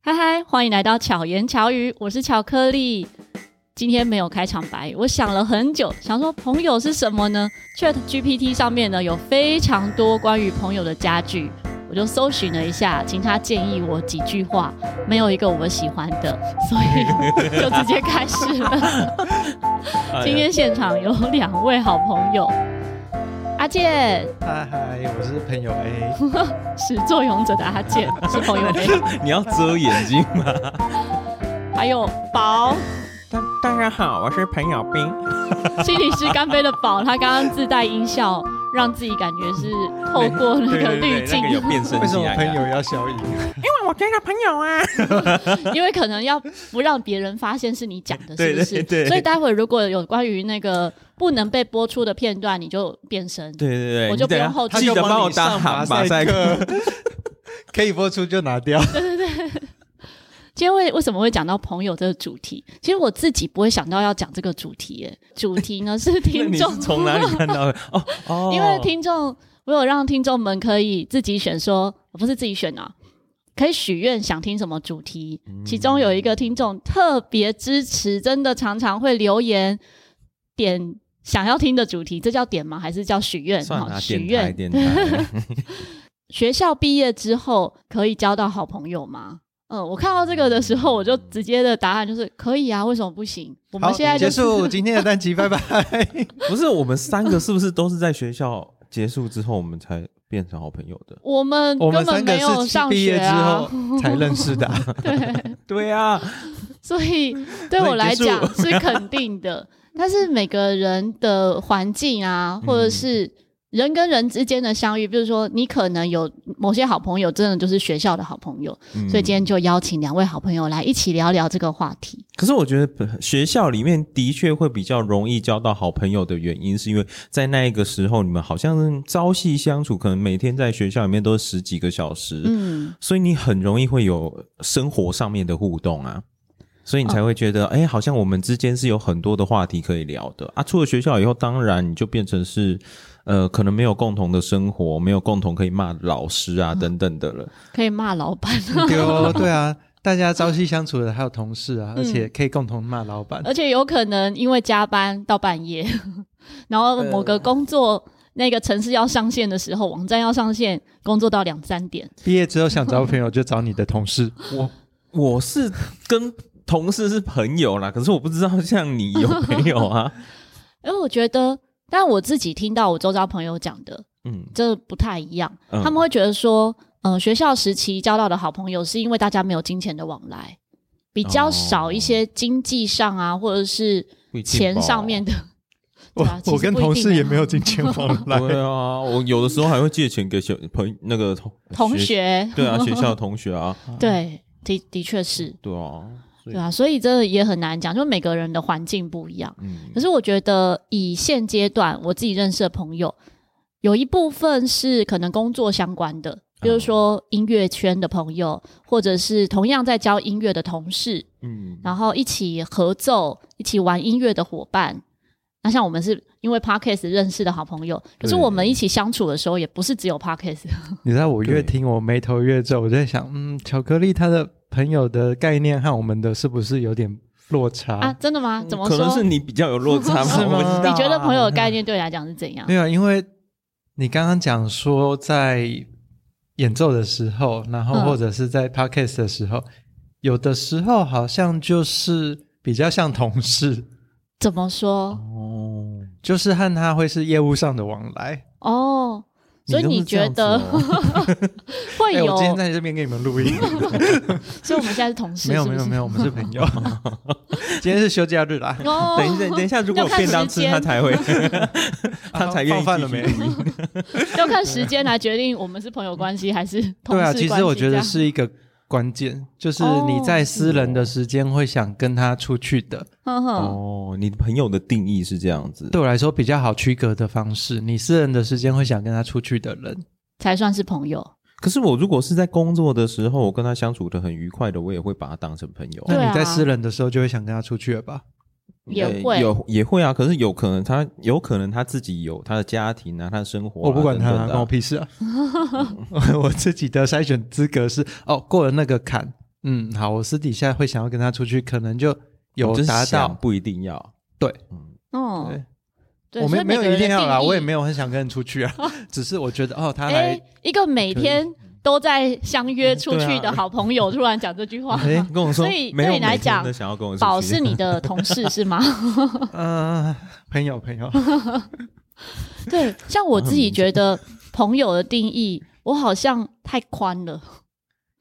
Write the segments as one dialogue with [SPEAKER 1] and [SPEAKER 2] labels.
[SPEAKER 1] 嗨嗨，欢迎来到巧言巧语，我是巧克力。今天没有开场白，我想了很久，想说朋友是什么呢？Chat GPT 上面呢有非常多关于朋友的佳句，我就搜寻了一下，请他建议我几句话，没有一个我喜欢的，所以 就直接开始了。今天现场有两位好朋友，阿健
[SPEAKER 2] 嗨嗨，我是朋友 A，
[SPEAKER 1] 始作俑者的阿健是朋友 A，
[SPEAKER 3] 你要遮眼睛吗？
[SPEAKER 1] 还有宝。
[SPEAKER 3] 大大家好，我是彭 小兵。
[SPEAKER 1] 心理师干杯的宝，他刚刚自带音效，让自己感觉是透过那个滤镜，
[SPEAKER 3] 有变啊身
[SPEAKER 2] 为什
[SPEAKER 3] 起
[SPEAKER 2] 么
[SPEAKER 3] 来
[SPEAKER 2] 朋友
[SPEAKER 3] 的。
[SPEAKER 2] 要消音？
[SPEAKER 3] 因为我跟他朋友啊，
[SPEAKER 1] 因为可能要不让别人发现是你讲的，是不
[SPEAKER 3] 对对
[SPEAKER 1] 是？
[SPEAKER 3] 对
[SPEAKER 1] 所以待会如果有关于那个不能被播出的片段，你就变身。
[SPEAKER 3] 对对对，
[SPEAKER 1] 我就
[SPEAKER 3] 你等下
[SPEAKER 1] 不用后置
[SPEAKER 2] 他
[SPEAKER 3] 记
[SPEAKER 2] 就
[SPEAKER 3] 得
[SPEAKER 2] 帮
[SPEAKER 3] 帮我
[SPEAKER 2] 你
[SPEAKER 3] 打
[SPEAKER 2] 上
[SPEAKER 3] 好马赛克。
[SPEAKER 2] 克， 可以播出就拿掉。
[SPEAKER 1] 今天为为什么会讲到朋友这个主题？其实我自己不会想到要讲这个主题，耶。主题呢是
[SPEAKER 3] 那
[SPEAKER 1] 听
[SPEAKER 3] 你
[SPEAKER 1] 众
[SPEAKER 3] 是从哪里看到的？哦哦，
[SPEAKER 1] 因为听众，我有让听众们可以自己选说，不是自己选啊，可以许愿想听什么主题。
[SPEAKER 2] 嗯
[SPEAKER 1] 其中有一个听众特别支持，真的常常会留言点想要听的主题，这叫点吗？还是叫许愿？
[SPEAKER 3] 算
[SPEAKER 1] 哈
[SPEAKER 3] 了，
[SPEAKER 1] 许
[SPEAKER 3] 电台
[SPEAKER 1] 愿。
[SPEAKER 3] 电台。
[SPEAKER 1] 学校毕业之后可以交到好朋友吗？嗯，我看到这个的时候，我就直接的答案就是可以啊，为什么不行？ 我们
[SPEAKER 2] 好，
[SPEAKER 1] 现在就
[SPEAKER 2] 结
[SPEAKER 1] 是
[SPEAKER 2] 束今天的单集，拜拜。
[SPEAKER 3] 不是我们三个是不是都是在学校结束之后我们才变成好朋友的？
[SPEAKER 1] 我们
[SPEAKER 2] 我
[SPEAKER 1] 根
[SPEAKER 2] 们
[SPEAKER 1] 本
[SPEAKER 2] 三
[SPEAKER 1] 没
[SPEAKER 2] 个
[SPEAKER 1] 有
[SPEAKER 2] 是
[SPEAKER 1] 上
[SPEAKER 2] 毕
[SPEAKER 1] 学
[SPEAKER 2] 业之
[SPEAKER 1] 啊
[SPEAKER 2] 后， 才认识的啊，
[SPEAKER 3] 对啊，
[SPEAKER 1] 所以对我来讲是肯定的。但是每个人的环境啊，或
[SPEAKER 3] 嗯
[SPEAKER 1] 者是人跟人之间的相遇，比如说你可能有某些好朋友，真的就是学校的好朋友，
[SPEAKER 3] 嗯
[SPEAKER 1] 所以今天就邀请两位好朋友来一起聊聊这个话题。
[SPEAKER 3] 可是我觉得呃学校里面的确会比较容易交到好朋友的原因，是因为在那一个时候你们好像朝夕相处，可能每天在学校里面都是十几个小时，
[SPEAKER 1] 嗯，
[SPEAKER 3] 所以你很容易会有生活上面的互动啊。所以你才会觉得，哎、好像我们之间是有很多的话题可以聊的啊。出了学校以后，当然你就变成是，呃，可能没有共同的生活，没有共同可以骂老师啊、等等的了。
[SPEAKER 1] 可以骂老板，
[SPEAKER 3] 嗯
[SPEAKER 2] 对哦，对啊，大家朝夕相处的，还有同事啊，
[SPEAKER 1] 嗯
[SPEAKER 2] 而且可以共同骂老板。
[SPEAKER 1] 而且有可能因为加班到半夜，然后某个工作。那个城市要上线的时候，网站要上线，工作到两三点，
[SPEAKER 2] 毕业之后想找朋友就找你的 同事，
[SPEAKER 3] 我我是跟同事是朋友啦，可是我不知道像你有没有 啊？
[SPEAKER 1] 因哎为我觉得，但我自己听到我周遭朋友讲的，
[SPEAKER 3] 嗯，
[SPEAKER 1] 这不太一样。
[SPEAKER 3] 嗯
[SPEAKER 1] 他们会觉得说，嗯、学校时期交到的好朋友，是因为大家没有金钱的往来，比较少一些经济上啊，或者是钱上面。的。 对啊其实
[SPEAKER 2] 哦我跟
[SPEAKER 1] 不一定
[SPEAKER 2] 同事也
[SPEAKER 1] 啊
[SPEAKER 2] 没有金钱往 来。
[SPEAKER 3] 对啊，我有的时候还会借钱给小朋那个同
[SPEAKER 1] 同，学，
[SPEAKER 3] 对啊，学校的同学 啊，
[SPEAKER 1] 对，的的确是，
[SPEAKER 3] 对啊，
[SPEAKER 2] 嗯
[SPEAKER 1] 对啊，所以这也很难讲，就每个人的环境不一样。
[SPEAKER 3] 嗯
[SPEAKER 1] 可，是我觉得，以现阶段我自己认识的朋友，有一部分是可能工作相关的，比
[SPEAKER 3] 嗯
[SPEAKER 1] 如说音乐圈的朋友，或者是同样在教音乐的同事，
[SPEAKER 3] 嗯，
[SPEAKER 1] 然后一起合奏、一起玩音乐的伙伴。那像我们是因为 podcast 认识的好朋友，可是
[SPEAKER 3] 对啊
[SPEAKER 1] 我们一起相处的时候，也不是只有 podcast。
[SPEAKER 2] 你知道我越
[SPEAKER 3] 对
[SPEAKER 2] 听我眉头越皱，我在想，嗯，巧克力它的朋友的概念和我们的是不是有点落差？
[SPEAKER 1] 啊，真的吗？怎么
[SPEAKER 3] 嗯可能是
[SPEAKER 1] 说？哦
[SPEAKER 3] 你比较有落差吧？
[SPEAKER 2] 是吗
[SPEAKER 3] 我不知道啊
[SPEAKER 1] 你觉得朋友的概念对你来讲是怎样
[SPEAKER 2] 没？有，因为你刚刚讲说在演奏的时候，然后
[SPEAKER 1] 嗯
[SPEAKER 2] 或者是在 podcast 的时候，有的时候好像就是比较像同事，
[SPEAKER 1] 怎么说？
[SPEAKER 3] 哦，
[SPEAKER 2] 就是和他会是业务上的往来。
[SPEAKER 1] 哦，所以
[SPEAKER 3] 都是
[SPEAKER 1] 你
[SPEAKER 3] 这
[SPEAKER 1] 觉
[SPEAKER 3] 样子
[SPEAKER 1] 得
[SPEAKER 3] 哦
[SPEAKER 1] 会
[SPEAKER 2] 哎、
[SPEAKER 1] 有
[SPEAKER 2] 我？今天在这边给你们录音，
[SPEAKER 1] 所以我们现在是同事，
[SPEAKER 2] 没有
[SPEAKER 1] 是
[SPEAKER 2] 没
[SPEAKER 1] 不
[SPEAKER 2] 有
[SPEAKER 1] 是
[SPEAKER 2] 没有，我们是 朋友。今天是休假日啦，
[SPEAKER 1] 哦，
[SPEAKER 3] 等一下，等一下，如果
[SPEAKER 1] 要
[SPEAKER 3] 有
[SPEAKER 1] 看
[SPEAKER 3] 便啊当
[SPEAKER 1] 时
[SPEAKER 3] 吃，
[SPEAKER 1] 间
[SPEAKER 3] 他才会， 他才愿意
[SPEAKER 2] 放饭了
[SPEAKER 3] 继续
[SPEAKER 2] 没
[SPEAKER 3] 录音
[SPEAKER 1] 要看时间来决定我们是朋友关系还是同事
[SPEAKER 2] 对啊，
[SPEAKER 1] 关系
[SPEAKER 2] 其
[SPEAKER 1] 这样。哦
[SPEAKER 2] 实我觉得是一个关键，就是你在私人的时间会想跟他出去的。
[SPEAKER 1] 哼哼，
[SPEAKER 3] 哦，你的朋友的定义是这样子，
[SPEAKER 2] 对我来说比较好区隔的方式，你私人的时间会想跟他出去的人，
[SPEAKER 1] 才算是朋友。
[SPEAKER 3] 可是我如果是在工作的时候，我跟他相处的很愉快的，我也会把他当成朋友啊。
[SPEAKER 1] 对啊
[SPEAKER 2] 那你在私人的时候就会想跟他出去了吧？
[SPEAKER 1] 也
[SPEAKER 3] 呃
[SPEAKER 1] 会
[SPEAKER 3] 有也会啊，可是有可能他有可能他自己有他的家庭啊，他的生活啊、
[SPEAKER 2] 我不管他、
[SPEAKER 3] 等等的啊
[SPEAKER 2] 关我屁事啊！我自己的筛选资格是哦，过了那个坎，嗯，好，我私底下会想要跟他出去，可能就有
[SPEAKER 3] 就是
[SPEAKER 2] 达
[SPEAKER 3] 想
[SPEAKER 2] 到。
[SPEAKER 3] 不一定要，
[SPEAKER 2] 对，
[SPEAKER 3] 嗯，
[SPEAKER 1] 哦
[SPEAKER 2] 对，
[SPEAKER 1] 对，
[SPEAKER 2] 我
[SPEAKER 1] 所以
[SPEAKER 2] 们
[SPEAKER 1] 每
[SPEAKER 2] 没有
[SPEAKER 1] 个人
[SPEAKER 2] 一定
[SPEAKER 1] 的
[SPEAKER 2] 要啦，
[SPEAKER 1] 定
[SPEAKER 2] 我也
[SPEAKER 1] 义
[SPEAKER 2] 没有很想跟人出去啊， 只是我觉得哦，他来
[SPEAKER 1] 哎，一个每天都在相约出去
[SPEAKER 3] 嗯对
[SPEAKER 1] 的
[SPEAKER 3] 啊
[SPEAKER 1] 好朋友，突然讲这 句话，
[SPEAKER 2] 哎
[SPEAKER 3] 跟我说
[SPEAKER 1] 所以
[SPEAKER 3] 没有
[SPEAKER 1] 对你来
[SPEAKER 3] 每天
[SPEAKER 1] 讲
[SPEAKER 3] 都想要跟我出
[SPEAKER 1] 宝
[SPEAKER 3] 去
[SPEAKER 1] 是你的同事是吗？
[SPEAKER 2] 呃，朋友朋友，
[SPEAKER 1] 对，像我自己觉得朋友的定义，我好像太宽了。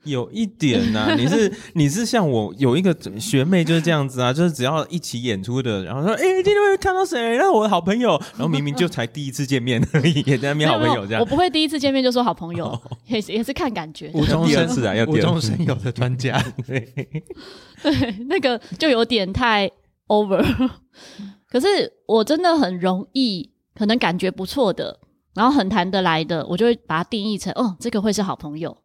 [SPEAKER 3] 有一点呐、你是你是像我有一个学妹就是这样子啊，就是只要一起演出的，然后说哎、今天会看到谁，那我的好朋友，然后明明就才第一次见面而已，也在那 边好朋友这样
[SPEAKER 1] 我，不会第一次见面就说好朋友，
[SPEAKER 2] 哦
[SPEAKER 1] 也是也是看感觉。
[SPEAKER 2] 无中
[SPEAKER 3] 第二
[SPEAKER 2] 生
[SPEAKER 3] 次啊要第
[SPEAKER 2] 无
[SPEAKER 3] 二
[SPEAKER 2] 中
[SPEAKER 3] 次
[SPEAKER 2] 生有的专家，
[SPEAKER 1] 对，那个就有点太 over。可 是我真的很容易，可能感觉不错的，然后很谈得来的，我就会把它定义成，哦，这个会是好朋友。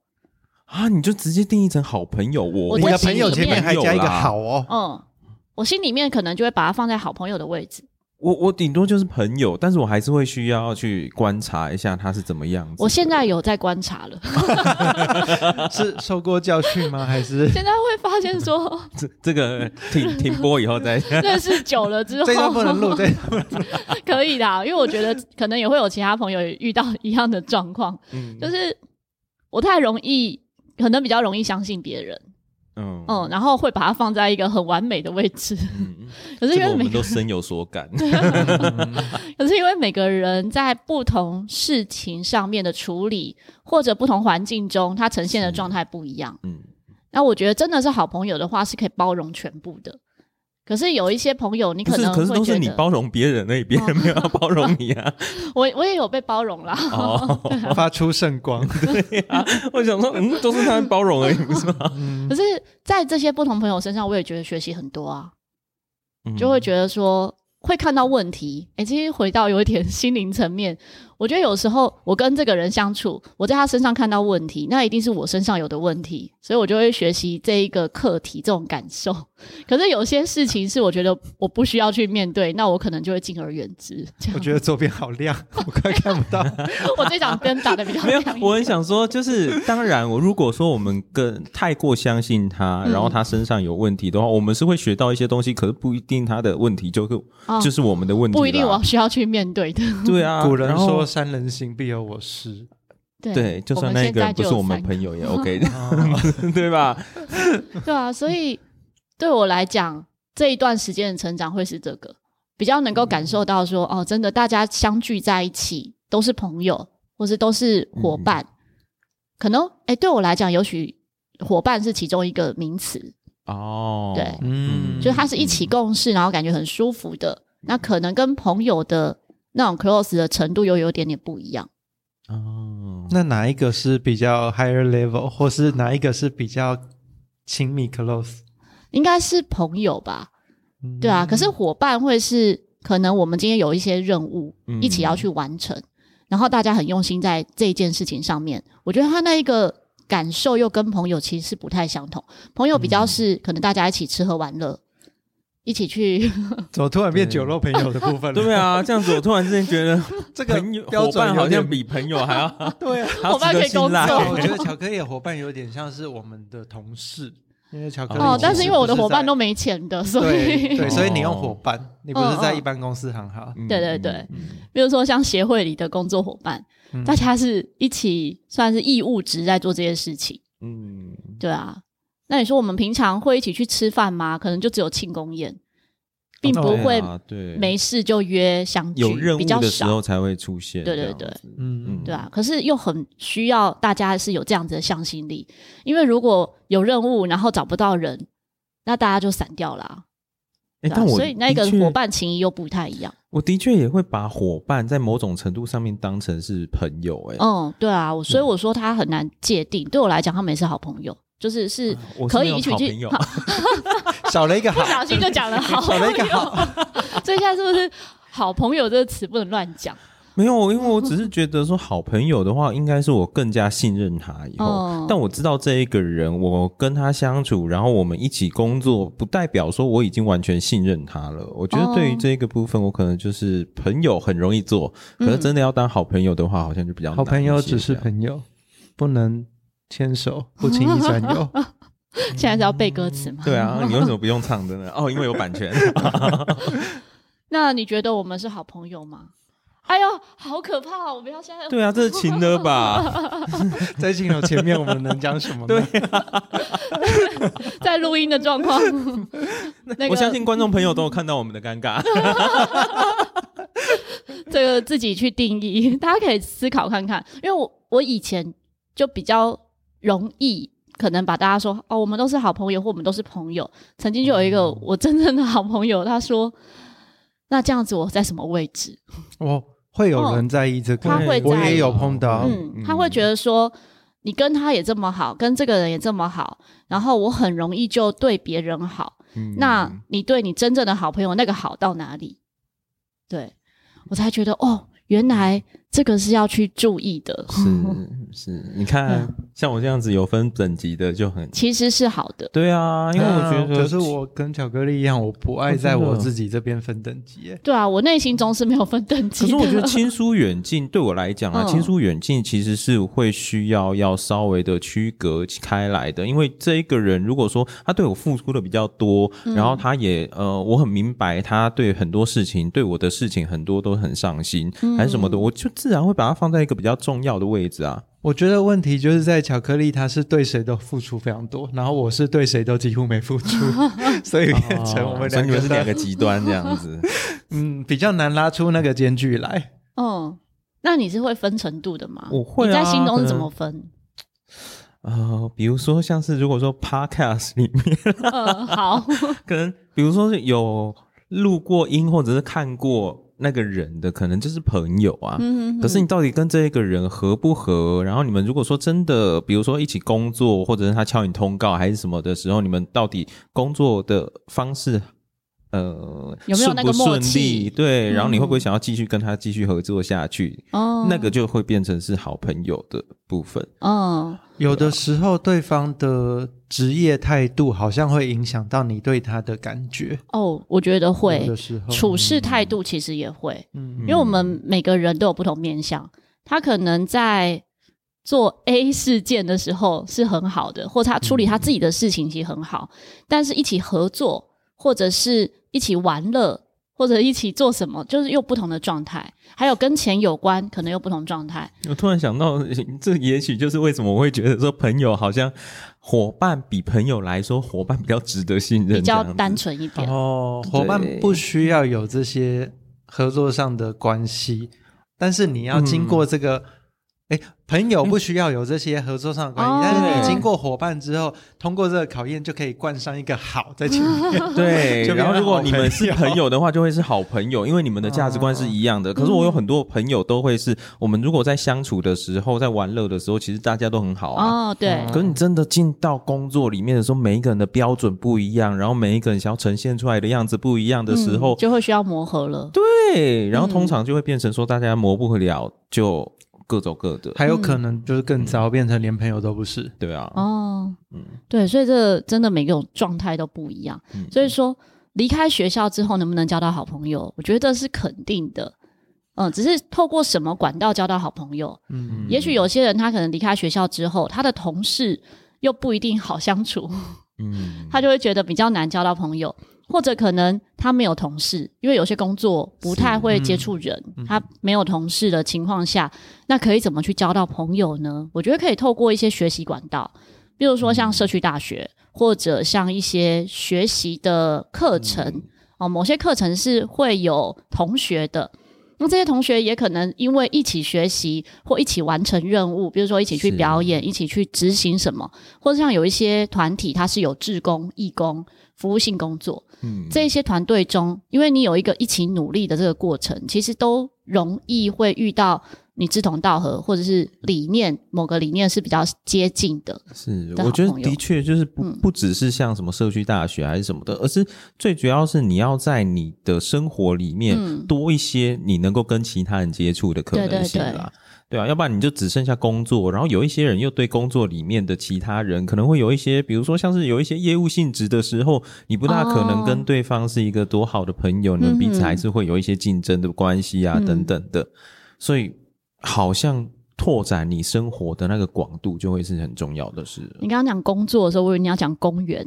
[SPEAKER 3] 啊，你就直接定义成好朋友
[SPEAKER 1] 我
[SPEAKER 3] 我，
[SPEAKER 2] 你
[SPEAKER 1] 在
[SPEAKER 2] 的
[SPEAKER 1] 心
[SPEAKER 2] 朋友
[SPEAKER 1] 里
[SPEAKER 2] 前面
[SPEAKER 1] 面
[SPEAKER 2] 还加一个
[SPEAKER 3] 有啦
[SPEAKER 2] 好哦，
[SPEAKER 1] 嗯，我心里面可能就会把它放在好朋友的位置。
[SPEAKER 3] 我我顶多就是朋友，但是我还是会需要去观察一下他是怎么样子。
[SPEAKER 1] 我现在有在观察了，
[SPEAKER 2] 是受过教训吗？还是
[SPEAKER 1] 现在会发现说，
[SPEAKER 3] 这这个停停播以后 再，
[SPEAKER 1] 认识久了之后，
[SPEAKER 2] 这段不能录？这
[SPEAKER 1] 可以的啊，因为我觉得可能也会有其他朋友也遇到一样的状况，
[SPEAKER 3] 嗯
[SPEAKER 1] 就是我太容易，可能比较容易相信别人，
[SPEAKER 3] 嗯
[SPEAKER 1] 嗯，然后会把它放在一个很完美的位置。
[SPEAKER 3] 嗯，
[SPEAKER 1] 可是
[SPEAKER 3] 这
[SPEAKER 1] 因
[SPEAKER 3] 个
[SPEAKER 1] 为
[SPEAKER 3] 我
[SPEAKER 1] 每
[SPEAKER 3] 们
[SPEAKER 1] 个，啊
[SPEAKER 3] 都深有所感。
[SPEAKER 2] 嗯
[SPEAKER 1] 可是因为每个人在不同事情上面的处理，或者不同环境中，他呈现的
[SPEAKER 3] 是
[SPEAKER 1] 状态不一样。
[SPEAKER 3] 嗯，
[SPEAKER 1] 那我觉得真的是好朋友的话，是可以包容全部的。可是有一些朋友，你
[SPEAKER 3] 不是，
[SPEAKER 1] 能
[SPEAKER 3] 可是
[SPEAKER 1] 会
[SPEAKER 3] 都
[SPEAKER 1] 觉
[SPEAKER 3] 是
[SPEAKER 1] 得哦
[SPEAKER 3] 你包容别人而已，别人没有要包容你 啊。
[SPEAKER 1] 我，我也有被包容啦。
[SPEAKER 3] 哦，
[SPEAKER 2] 发出圣 光，
[SPEAKER 3] 我想说，嗯，都是他们包容而已，不是吗？
[SPEAKER 2] 嗯
[SPEAKER 1] 可是，在这些不同朋友身上，我也觉得学习很多啊，
[SPEAKER 3] 嗯
[SPEAKER 1] 就会觉得说会看到问题。诶，其实回到有一点 心灵层面，我觉得有时候我跟这个人相处，我在他身上看到问题，那一定是我身上有的问题，所以我就会学习这一个课题这种感受。 可是有些事情是我觉得我不需要去面对，那我可能就会敬而远之。这样
[SPEAKER 2] 我觉得周边好亮， 我快看不到。
[SPEAKER 1] 我这场灯打的比较
[SPEAKER 3] 没有
[SPEAKER 1] 亮一，
[SPEAKER 3] 我很
[SPEAKER 1] 点
[SPEAKER 3] 想说，就是当然，我如果说我们跟太过相信他，
[SPEAKER 1] 嗯
[SPEAKER 3] 然后他身上有问题的话，我们是会学到一些东西，可是不一定他的问题就是
[SPEAKER 1] 啊
[SPEAKER 3] 就是我们的问题啦，
[SPEAKER 1] 不一定我需要去面对的。
[SPEAKER 3] 对啊。
[SPEAKER 2] 古人
[SPEAKER 3] 然后
[SPEAKER 2] 说“山人行，必有我师
[SPEAKER 1] 对
[SPEAKER 3] 对，就
[SPEAKER 1] 我
[SPEAKER 3] 算
[SPEAKER 1] 们
[SPEAKER 3] 那
[SPEAKER 1] 现
[SPEAKER 3] 个
[SPEAKER 1] 在
[SPEAKER 3] 人不
[SPEAKER 1] 就是有
[SPEAKER 3] 我
[SPEAKER 1] 三
[SPEAKER 3] 们
[SPEAKER 1] 个
[SPEAKER 3] 朋 友也 OK 的，”，
[SPEAKER 2] 哦
[SPEAKER 3] 对 吧？
[SPEAKER 1] 对啊，所以对我来讲，这一段时间的成长会是这个，比较能够
[SPEAKER 2] 嗯
[SPEAKER 1] 感受到说，哦，真的大家相聚在一起都是朋友，或是都是
[SPEAKER 2] 嗯
[SPEAKER 1] 伙伴。可能哎、诶对我来讲，也许伙伴是其中一个名词，
[SPEAKER 3] 哦，
[SPEAKER 1] 对
[SPEAKER 2] 嗯，
[SPEAKER 1] 就是它是一起共事，然后感觉很舒服的。那可能跟朋友的那种 close 的程度又有点点不一样。
[SPEAKER 3] 哦，
[SPEAKER 2] 那哪一个是比较 higher level，或是哪一个是比较亲密 close？
[SPEAKER 1] 应该是朋友吧，
[SPEAKER 2] 嗯
[SPEAKER 1] 对啊。可是伙伴会是可能我们今天有一些任务
[SPEAKER 3] 嗯
[SPEAKER 1] 一起要去完成，然后大家很用心在这件事情上面，我觉得他那一个感受又跟朋友其实是不太相同。朋友比
[SPEAKER 2] 嗯
[SPEAKER 1] 较是可能大家一起吃喝玩乐，一起去
[SPEAKER 2] 嗯怎么突然变酒肉朋友的部分了？
[SPEAKER 3] 对啊，这样子我突然之间觉得
[SPEAKER 2] 这个
[SPEAKER 3] 朋友
[SPEAKER 2] 标
[SPEAKER 3] 伙
[SPEAKER 2] 准
[SPEAKER 3] 伴
[SPEAKER 2] 有
[SPEAKER 3] 好
[SPEAKER 2] 点
[SPEAKER 3] 像比朋友还 要
[SPEAKER 2] 对啊。
[SPEAKER 3] 还要
[SPEAKER 1] 伙伴
[SPEAKER 3] 值得
[SPEAKER 1] 可以工
[SPEAKER 3] 信赖
[SPEAKER 1] 作
[SPEAKER 2] 我觉得巧克力的伙伴有点像是我们的同事，因为巧克力
[SPEAKER 1] 哦
[SPEAKER 2] 其，实
[SPEAKER 1] 但是因为我的伙伴都
[SPEAKER 2] 不
[SPEAKER 1] 没钱的，
[SPEAKER 2] 是在
[SPEAKER 1] 所以
[SPEAKER 2] 对 对，所以你用
[SPEAKER 3] 哦
[SPEAKER 2] 伙伴，你不是
[SPEAKER 1] 嗯
[SPEAKER 2] 在一般公司行号。
[SPEAKER 3] 嗯
[SPEAKER 1] 对对对
[SPEAKER 3] 嗯嗯
[SPEAKER 1] 比如说像协会里的工作伙伴，
[SPEAKER 2] 嗯
[SPEAKER 1] 大家是一起算是义务职在做这些事情，
[SPEAKER 3] 嗯，
[SPEAKER 1] 对啊。那你说我们平常会一起去吃饭吗？可能就只有庆功宴，并
[SPEAKER 2] 哦
[SPEAKER 1] 不会
[SPEAKER 3] 对啊对
[SPEAKER 1] 没事就约相聚，
[SPEAKER 3] 有任务
[SPEAKER 1] 比较
[SPEAKER 3] 的时
[SPEAKER 1] 少。
[SPEAKER 3] 候才会出现。
[SPEAKER 1] 对对
[SPEAKER 3] 这样
[SPEAKER 1] 对
[SPEAKER 3] 子，
[SPEAKER 2] 嗯
[SPEAKER 3] 嗯
[SPEAKER 1] 对啊，可是又很需要大家是有这样子的向心力，因为如果有任务然后找不到人，那大家就散掉啦、
[SPEAKER 3] 哎
[SPEAKER 1] 对啊
[SPEAKER 3] 但我
[SPEAKER 1] 所以那个
[SPEAKER 3] 的确
[SPEAKER 1] 伙，伴情谊又不太一样。
[SPEAKER 3] 我的确也会把伙伴在某种程度上面当成是朋友。哎，
[SPEAKER 1] 嗯，对啊，我所以我说他很难界定，对我来讲他们也是好朋友，就是是
[SPEAKER 3] 我是
[SPEAKER 1] 可
[SPEAKER 3] 没
[SPEAKER 1] 以
[SPEAKER 3] 有
[SPEAKER 1] 一起
[SPEAKER 3] 好朋
[SPEAKER 1] 去
[SPEAKER 3] 友，
[SPEAKER 1] 好
[SPEAKER 2] 少了一个好
[SPEAKER 1] 不，小心就讲了 好
[SPEAKER 2] 少
[SPEAKER 1] 朋
[SPEAKER 2] 了一个
[SPEAKER 1] 友，
[SPEAKER 2] 好，
[SPEAKER 1] 所以现在是不是好朋友这个词不能乱讲？
[SPEAKER 3] 没有，因为我只是觉得说好朋友的话，应该是我更加信任他以后。
[SPEAKER 1] 嗯，
[SPEAKER 3] 但我知道这一个人，我跟他相处，然后我们一起工作，不代表说我已经完全信任他了。我觉得对于
[SPEAKER 1] 哦
[SPEAKER 3] 这个部分，我可能就是朋友很容易做，可是
[SPEAKER 1] 嗯
[SPEAKER 3] 真的要当好朋友的话，好像就比较难
[SPEAKER 2] 好朋友
[SPEAKER 3] 一些
[SPEAKER 2] 只是
[SPEAKER 3] 这样
[SPEAKER 2] 朋友，不能牵手，不轻易占有。
[SPEAKER 1] 现在是要背歌词吗？
[SPEAKER 3] 对啊，你为什么不用唱的呢？哦，因为有版权。
[SPEAKER 1] 那你觉得我们是好朋友吗？哎呦，好可怕哦！我不要现在。
[SPEAKER 3] 对啊，这是情的吧？
[SPEAKER 2] 在镜头前面，我们能讲 什么呢？对，
[SPEAKER 1] 在录音的状 况， 那
[SPEAKER 3] 我相
[SPEAKER 1] 个
[SPEAKER 3] 信观众朋友都有看到我们的尴尬。
[SPEAKER 1] 这个自己去定义， 大家可以思考看看。因为我我以前就比较容易，可能把大家说哦，我们都是好朋友，或我们都是朋友。曾经就有一个
[SPEAKER 3] 嗯
[SPEAKER 1] 我真正的好朋友，他说。那这样子我在什么位置？
[SPEAKER 2] 哦，会有人在意这个，
[SPEAKER 1] 他会在意
[SPEAKER 2] 我也有碰到，
[SPEAKER 3] 哦
[SPEAKER 1] 嗯，他会觉得说你跟他也这么好，跟这个人也这么好，然后我很容易就对别人好，
[SPEAKER 3] 嗯
[SPEAKER 1] 那你对你真正的好朋友那个好到哪里？对我才觉得哦，原来这个是要去注意的，
[SPEAKER 3] 是是，你看，像我这样子有分等级的就很
[SPEAKER 1] 其实是好的。
[SPEAKER 3] 对啊，因为我觉得哦
[SPEAKER 2] 可是我跟巧克力一样，我不爱在我自己这边分等级耶。
[SPEAKER 1] 对啊，我内心中是没有分等级
[SPEAKER 3] 可
[SPEAKER 1] 的。
[SPEAKER 3] 是我觉 得亲疏远近对我来讲啊，
[SPEAKER 1] 嗯
[SPEAKER 3] 亲疏远近其实是会需要要稍微的区隔开来的，因为这一个人如果说他对我付出的比较多，然后他也呃，我很明白他对很多事情对我的事情很多都很上心，还是什么的，我就自然会把他放在一个比较重要的位置啊。
[SPEAKER 2] 我觉得问题就是在巧克力，他是对谁都付出非常多，然后我是对谁都几乎 没付出，所以变成我们
[SPEAKER 3] 哦所以
[SPEAKER 2] 两
[SPEAKER 3] 你们
[SPEAKER 2] 个
[SPEAKER 3] 是
[SPEAKER 2] 都
[SPEAKER 3] 两个极端这样子，
[SPEAKER 2] 嗯比较难拉出那个间距来。
[SPEAKER 1] 嗯，那你是会分程度的吗？
[SPEAKER 3] 我会啊
[SPEAKER 1] 你在心中是怎
[SPEAKER 3] 可能
[SPEAKER 1] 么分？
[SPEAKER 3] 呃，比如说像是如果说 podcast 里面。
[SPEAKER 1] 嗯，好，
[SPEAKER 3] 可能比如说是有录过音或者是看过那个人的，可能就是朋友啊。
[SPEAKER 1] 嗯
[SPEAKER 3] 可是你到底跟这一个人合不合？然后你们如果说真的，比如说一起工作，或者是他敲你通告还是什么的时候，你们到底工作的方式，呃，
[SPEAKER 1] 有没有那个
[SPEAKER 3] 顺不顺
[SPEAKER 1] 默契
[SPEAKER 3] 利？对，然后你会不会
[SPEAKER 1] 嗯
[SPEAKER 3] 想要继续跟他继续合作下去？
[SPEAKER 1] 哦
[SPEAKER 3] 那个就会变成是好朋友的部分。
[SPEAKER 1] 嗯，
[SPEAKER 2] 有的时候，对方的职业态度好像会影响到你对他的感觉。
[SPEAKER 1] 哦，我觉得
[SPEAKER 2] 有
[SPEAKER 1] 会
[SPEAKER 2] 的时候，
[SPEAKER 1] 处事态度其实也会，
[SPEAKER 2] 嗯
[SPEAKER 1] 因为我们每个人都有不同面相，他可能在做 A 事件的时候是很好的，或他处理他自己的事情其实很好，但是一起合作或者是一起玩乐。或者一起做什么，就是又不同的状态，还有跟钱有关，可能又不同状态。
[SPEAKER 3] 我突然想到， 这也许就是为什么我会觉得说，朋友好像伙伴比朋友来说，伙伴比较值得信任，
[SPEAKER 1] 比较
[SPEAKER 3] 这样子
[SPEAKER 1] 单。纯一点。
[SPEAKER 2] 哦，伙伴
[SPEAKER 3] 对
[SPEAKER 2] 不需要有这些合作上的关系，但是你要经过这
[SPEAKER 1] 嗯
[SPEAKER 2] 个，哎、朋友不需要有这些合作上的关系，
[SPEAKER 1] 哦
[SPEAKER 2] 但是你经过伙伴之后，通过这个考验就可以冠上一个好在 前面。
[SPEAKER 3] 对，
[SPEAKER 2] 就变成
[SPEAKER 3] 然后如果你们是
[SPEAKER 2] 好朋友
[SPEAKER 3] 朋友的话，就会是好朋友，因为你们的价值观是一 样的。可是我有很多朋友都会是我们如果在相处的时候，在玩乐的时候，其实大家都很好啊。
[SPEAKER 1] 哦，对，
[SPEAKER 2] 嗯
[SPEAKER 3] 可是你真的进到工作里面的时候，每一个人的标准不一样，然后每一个人想要呈现出来的样子不一样的时候
[SPEAKER 1] 嗯，就会需要磨合了。
[SPEAKER 3] 对，然后通
[SPEAKER 1] 嗯
[SPEAKER 3] 常就会变成说大家磨不了，就各走各的。
[SPEAKER 2] 还有可能就是更糟，变成连朋友都不是。
[SPEAKER 3] 对啊，
[SPEAKER 1] 哦，
[SPEAKER 3] 嗯
[SPEAKER 1] 对，所以这真的每个种状态都不一样。
[SPEAKER 3] 嗯
[SPEAKER 1] 所以说，离开学校之后能不能交到好朋友，我觉得这是肯定的。嗯，只是透过什么管道交到好朋友，
[SPEAKER 2] 嗯，
[SPEAKER 1] 也许有些人他可能离开学校之后，他的同事又不一定好相处，
[SPEAKER 3] 嗯，
[SPEAKER 1] 他就会觉得比较难交到朋友，或者可能他没有同事，因为有些工作不太会接触人，他没有同事的情况下，那可以怎么去交到朋友呢？我觉得可以透过一些学习管道，比如说像社区大学，或者像一些学习的课程。
[SPEAKER 3] 嗯
[SPEAKER 1] 哦，某些课程是会有同学的，那这些同学也可能因为一起学习或一起完成任务，比如说一起去
[SPEAKER 3] 是
[SPEAKER 1] 表演、一起去执行什么，或者像有一些团体，它是有志工、义工、服务性工作，
[SPEAKER 3] 嗯
[SPEAKER 1] 这些团队中，因为你有一个一起努力的这个过程，其实都容易会遇到你志同道合，或者是理念某个理念是比较接近的。
[SPEAKER 3] 是，
[SPEAKER 1] 的
[SPEAKER 3] 我
[SPEAKER 1] 好
[SPEAKER 3] 觉得
[SPEAKER 1] 朋友
[SPEAKER 3] 的确就是不、
[SPEAKER 1] 嗯
[SPEAKER 3] 不只是像什么社区大学还是什么的，而是最主要是你要在你的生活里面
[SPEAKER 1] 嗯
[SPEAKER 3] 多一些你能够跟其他人接触的可
[SPEAKER 1] 对对
[SPEAKER 3] 能性啦。
[SPEAKER 1] 对
[SPEAKER 3] 对啊，要不然你就只剩下工作，然后有一些人又对工作里面的其他人可能会有一些，比如说像是有一些业务性质的时候，你不大可能
[SPEAKER 1] 哦
[SPEAKER 3] 跟对方是一个多好的朋友，你们彼此
[SPEAKER 1] 嗯
[SPEAKER 3] 还是会有一些竞争的关系啊、
[SPEAKER 1] 嗯
[SPEAKER 3] 等等的，所以好像拓展你生活的那个广度，就会是很重要 的事了。
[SPEAKER 1] 你刚刚讲工作的时候，我以为你要讲公园，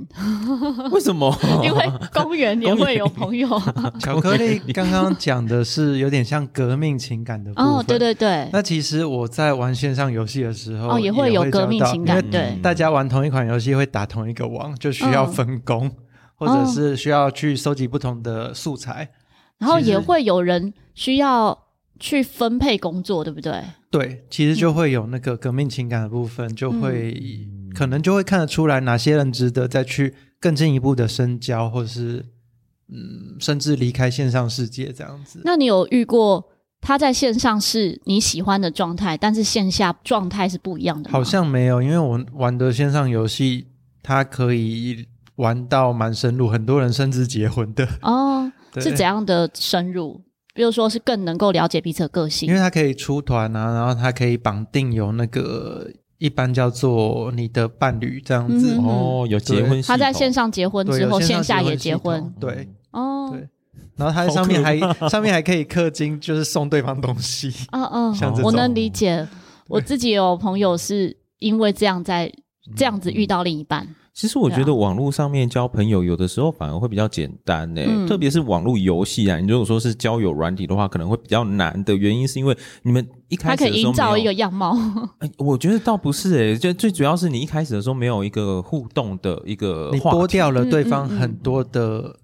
[SPEAKER 3] 为什么？
[SPEAKER 2] 哦
[SPEAKER 1] 因为公园也会有朋 友。
[SPEAKER 2] 巧克力刚刚讲的是有点像革命情感的部分，
[SPEAKER 1] 哦，对对对，
[SPEAKER 2] 那其实我在玩线上游戏的时候，
[SPEAKER 1] 哦也
[SPEAKER 2] 也
[SPEAKER 1] 会有革命
[SPEAKER 2] 交到
[SPEAKER 1] 情感
[SPEAKER 2] 因为
[SPEAKER 1] 对嗯
[SPEAKER 2] 大家玩同一款游戏会打同一个网，就需要分工，或者是需要去收集不同的素材。
[SPEAKER 1] 然后
[SPEAKER 2] 其实
[SPEAKER 1] 也会有人需要去分配工作，对不对？
[SPEAKER 2] 对，其实就会有那个革命情感的部
[SPEAKER 1] 嗯
[SPEAKER 2] 分，就会、可能就会看得出来哪些人值得再去更进一步的深交，或是嗯，甚至离开线上世界这样子。
[SPEAKER 1] 那你有遇过他在线上是你喜欢的状态，但是线下状态是不一样的吗？
[SPEAKER 2] 好像没有，因为我玩的线上游戏，它可以玩到蛮深入，很多人甚至结婚的。
[SPEAKER 1] 哦，
[SPEAKER 2] 对
[SPEAKER 1] 是怎样的深入？比如说是更能够了解彼此的个
[SPEAKER 2] 因
[SPEAKER 1] 性
[SPEAKER 2] 为，它可以出团啊，然后它可以绑定有那个一般叫做你的伴侣这样子。哦
[SPEAKER 1] 嗯哼
[SPEAKER 3] 哦，有结婚系统，
[SPEAKER 1] 他在线上结婚
[SPEAKER 2] 对，
[SPEAKER 1] 之
[SPEAKER 2] 有
[SPEAKER 1] 后，线
[SPEAKER 2] 线
[SPEAKER 1] 下也
[SPEAKER 2] 结
[SPEAKER 1] 结婚
[SPEAKER 2] 系统对，
[SPEAKER 1] 哦，
[SPEAKER 2] 对然后它在上面还 上面还可以氪金，就是送对方东西。
[SPEAKER 1] 嗯嗯，
[SPEAKER 2] 像这
[SPEAKER 1] 我
[SPEAKER 2] 种
[SPEAKER 1] 能理解。我自己有朋友是因为这样在
[SPEAKER 2] 嗯
[SPEAKER 1] 这样子遇到另一半，
[SPEAKER 3] 其实我觉
[SPEAKER 1] 对啊
[SPEAKER 3] 得网络上面交朋友，有的时候反而会比较简单呢、
[SPEAKER 1] 嗯
[SPEAKER 3] 特别是网络游戏啊。你如果说是交友软体的话，可能会比较难的原因，是因为你们一
[SPEAKER 1] 他
[SPEAKER 3] 开始
[SPEAKER 1] 可
[SPEAKER 3] 的时候
[SPEAKER 1] 以营造
[SPEAKER 3] 没
[SPEAKER 1] 一
[SPEAKER 3] 有
[SPEAKER 1] 个样貌，
[SPEAKER 3] 哎我觉得倒不是诶、就最主要是你一开始的时候没有一个互动的一个
[SPEAKER 2] 你
[SPEAKER 3] 话
[SPEAKER 2] 剥
[SPEAKER 3] 题
[SPEAKER 2] 掉了对方
[SPEAKER 1] 嗯嗯嗯
[SPEAKER 2] 很多的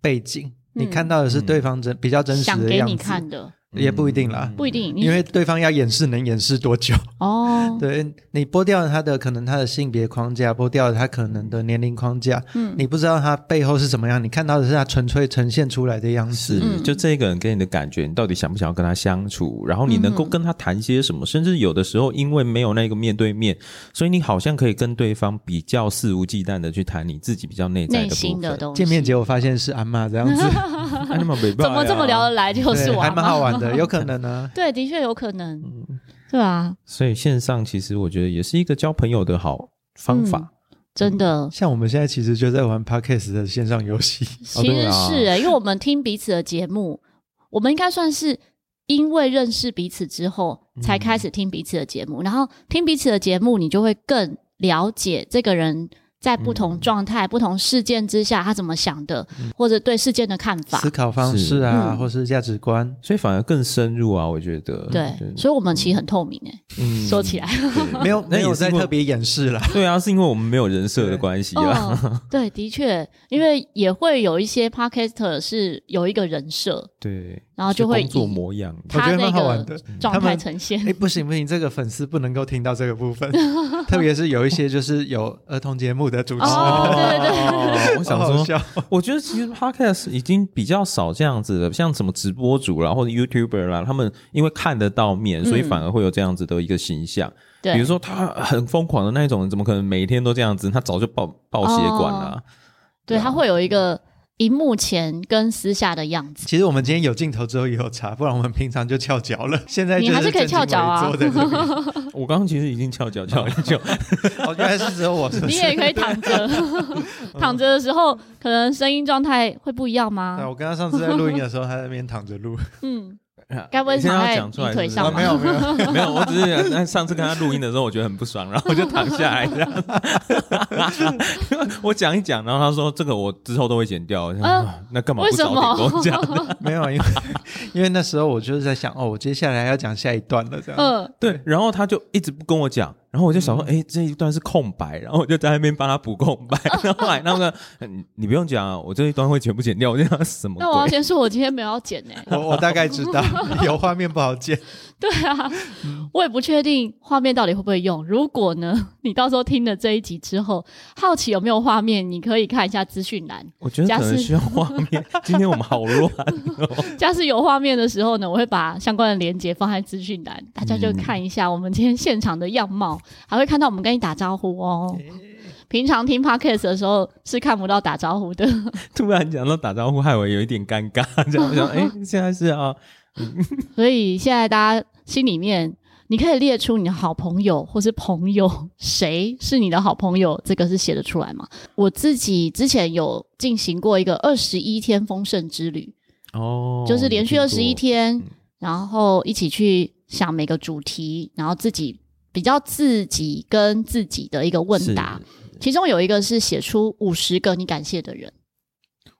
[SPEAKER 2] 背景，
[SPEAKER 1] 嗯
[SPEAKER 2] 你看到的是对方真比较真实
[SPEAKER 1] 想
[SPEAKER 2] 的
[SPEAKER 1] 给
[SPEAKER 2] 样
[SPEAKER 1] 你
[SPEAKER 2] 子，
[SPEAKER 1] 看嗯的，
[SPEAKER 2] 也不一定啦。
[SPEAKER 1] 不一定。你
[SPEAKER 2] 因为对方要掩饰，能掩饰多久？
[SPEAKER 1] 哦，
[SPEAKER 2] 对你剥掉了他的可能他的性别框架，剥掉了他可能的年龄框架，
[SPEAKER 1] 嗯
[SPEAKER 2] 你不知道他背后是怎么样，你看到的是他纯粹呈现出来的样
[SPEAKER 3] 是
[SPEAKER 2] 子。，
[SPEAKER 1] 嗯
[SPEAKER 3] 就这个人给你的感觉，你到底想不想要跟他相处？然后你能够
[SPEAKER 1] 嗯
[SPEAKER 3] 跟他谈些什么？甚至有的时候，因为没有那个面对面，所以你好像可以跟对方比较肆无忌惮的去谈你自己比较内在
[SPEAKER 1] 内
[SPEAKER 3] 的部
[SPEAKER 1] 心的
[SPEAKER 3] 分。
[SPEAKER 1] 东西。
[SPEAKER 2] 见面结果发现是阿嬷这样 子，
[SPEAKER 3] 啊那么没办法
[SPEAKER 1] 怎么这么聊
[SPEAKER 3] 呀
[SPEAKER 1] 得来？就是
[SPEAKER 2] 对
[SPEAKER 1] 我
[SPEAKER 2] 还
[SPEAKER 1] 阿
[SPEAKER 2] 蛮
[SPEAKER 1] 嬷
[SPEAKER 2] 好玩的，嗯有可能啊。
[SPEAKER 1] 对，的确有可能，对啊，
[SPEAKER 3] 所以线上其实我觉得也是一个交朋友的好方
[SPEAKER 1] 嗯
[SPEAKER 3] 法。
[SPEAKER 1] 真的，
[SPEAKER 2] 像我们现在其实就在玩 podcast 的线上游戏，
[SPEAKER 3] 哦
[SPEAKER 1] 其实
[SPEAKER 3] 啊
[SPEAKER 1] 是、欸，因为我们听彼此的节目，我们应该算是因为认识彼此之后，才开始听彼此的节
[SPEAKER 3] 嗯
[SPEAKER 1] 目，然后听彼此的节目，你就会更了解这个人。在不同状态、
[SPEAKER 3] 嗯
[SPEAKER 1] 不同事件之下，他怎么想的，或者对事件的看 法
[SPEAKER 2] 思，考方式
[SPEAKER 1] 是
[SPEAKER 2] 啊，
[SPEAKER 1] 嗯
[SPEAKER 2] 或是价值观。
[SPEAKER 3] 所以反而更深入啊，我觉得。
[SPEAKER 1] 对，所以我们其实很透明诶、
[SPEAKER 3] 嗯
[SPEAKER 1] 说起来，
[SPEAKER 3] 对
[SPEAKER 2] 没有
[SPEAKER 3] 那
[SPEAKER 2] 没
[SPEAKER 3] 也
[SPEAKER 2] 有
[SPEAKER 3] 是
[SPEAKER 2] 在
[SPEAKER 3] 因为
[SPEAKER 2] 特别掩饰啦，
[SPEAKER 3] 对啊，是因为我们没有人设的关系啊。
[SPEAKER 1] 哦， 对，的确，因为也会有一些 podcaster 是有一个人设，
[SPEAKER 3] 对，
[SPEAKER 1] 然后就会
[SPEAKER 3] 是工作
[SPEAKER 1] 以
[SPEAKER 3] 模样。
[SPEAKER 2] 我觉
[SPEAKER 1] 他
[SPEAKER 2] 得
[SPEAKER 1] 那
[SPEAKER 2] 蛮好玩的
[SPEAKER 1] 个。状
[SPEAKER 2] 他
[SPEAKER 1] 态
[SPEAKER 2] 们
[SPEAKER 1] 呈现。
[SPEAKER 2] 哎，不行不行，这个粉丝不能够听到这个部分， 特别是有一些就是有儿童节目的主持人，
[SPEAKER 1] 哦对对
[SPEAKER 3] 对， 我想
[SPEAKER 2] 哦好好
[SPEAKER 3] 说，
[SPEAKER 2] 笑。
[SPEAKER 3] 我觉得其实 podcast 已经比较少这样子了，像什么直播主啦或者 YouTuber 啦，他们因为看得到面，所以
[SPEAKER 1] 嗯
[SPEAKER 3] 反而会有这样子的一个形象。
[SPEAKER 1] 对，
[SPEAKER 3] 比如说他很疯狂的那一种人，怎么可能每天都这样子？他早就爆爆血管了、
[SPEAKER 1] 对，
[SPEAKER 3] 对啊
[SPEAKER 1] 他会有一个荧幕前跟私下的样 子。
[SPEAKER 2] 其实我们今天有镜头之后也有差，不然我们平常就翘脚了。现在就
[SPEAKER 1] 你还是可以
[SPEAKER 2] 正襟
[SPEAKER 1] 翘脚啊
[SPEAKER 2] 危坐在这边
[SPEAKER 3] 我刚刚其实已经翘脚翘很久，
[SPEAKER 2] 哦，原来是只有我是不
[SPEAKER 1] 你
[SPEAKER 2] 是？
[SPEAKER 1] 也可以躺着，躺着的时候可能声音状态会不一样
[SPEAKER 2] 对，
[SPEAKER 1] 吗？
[SPEAKER 2] 我跟他上次在录音的时候，他在那边躺着录。
[SPEAKER 1] 嗯，该不会
[SPEAKER 3] 啊你现
[SPEAKER 1] 躺
[SPEAKER 3] 在要
[SPEAKER 1] 在
[SPEAKER 3] 讲出来
[SPEAKER 1] 你腿
[SPEAKER 3] 是不是
[SPEAKER 1] 上
[SPEAKER 2] 啊，
[SPEAKER 1] 吧
[SPEAKER 2] 没有没有，
[SPEAKER 3] 没有，我只是那上次跟他录音的时候，我觉得很不爽，然后我就躺下来这样。 我讲一讲，然后他说这个我之后都会剪掉。我想
[SPEAKER 1] 嗯
[SPEAKER 3] 啊那干嘛
[SPEAKER 1] 为
[SPEAKER 3] 不
[SPEAKER 1] 什
[SPEAKER 3] 早点跟我讲？
[SPEAKER 2] 没有，因为 因为那时候我就是在想，哦，我接下来要讲下一段了，这样。
[SPEAKER 1] 嗯，
[SPEAKER 3] 对，然后他就一直不跟我讲，然后我就想说，哎、这一段是空白，然后我就在那边帮他补空白。然后后来那个，嗯你不用讲啊，我这一段会全部剪掉。我就想什么
[SPEAKER 1] 那我要
[SPEAKER 3] 鬼？
[SPEAKER 1] 先说，我今天没有要剪呢、
[SPEAKER 2] 我我大概知 道，有画面不好见。
[SPEAKER 1] 对啊，我也不确定画面到底会不会用。如果呢，你到时候听了这一集之后，好奇有没有画面，你可以看一下资讯栏。
[SPEAKER 3] 我觉得可
[SPEAKER 1] 假
[SPEAKER 3] 能
[SPEAKER 1] 设
[SPEAKER 3] 需要画面。今天我们好乱，
[SPEAKER 1] 下次有画面的时候呢，我会把相关的链接放在资讯栏，大家就看一下我们今天现场的样貌，还会看到我们跟你打招呼哦。平常听 podcast 的时候是看不到打招呼的，
[SPEAKER 3] 突然讲到打招呼，害我有一点尴尬。这样我想， 哎、现在是啊，
[SPEAKER 1] 所以现在大家心里面，你可以列出你的好朋友或是朋友谁是你的好朋友，这个是写得出来吗？我自己之前有进行过一个二十一天丰盛之旅，
[SPEAKER 3] 哦，
[SPEAKER 1] 就是连续
[SPEAKER 3] 你
[SPEAKER 1] 二
[SPEAKER 3] 听
[SPEAKER 1] 十一
[SPEAKER 3] 过
[SPEAKER 1] 天，
[SPEAKER 3] 嗯
[SPEAKER 1] 然后一起去想每个主题，然后自己比较自己跟自己的一个问答。其中有一个是写出五十个你感谢的人，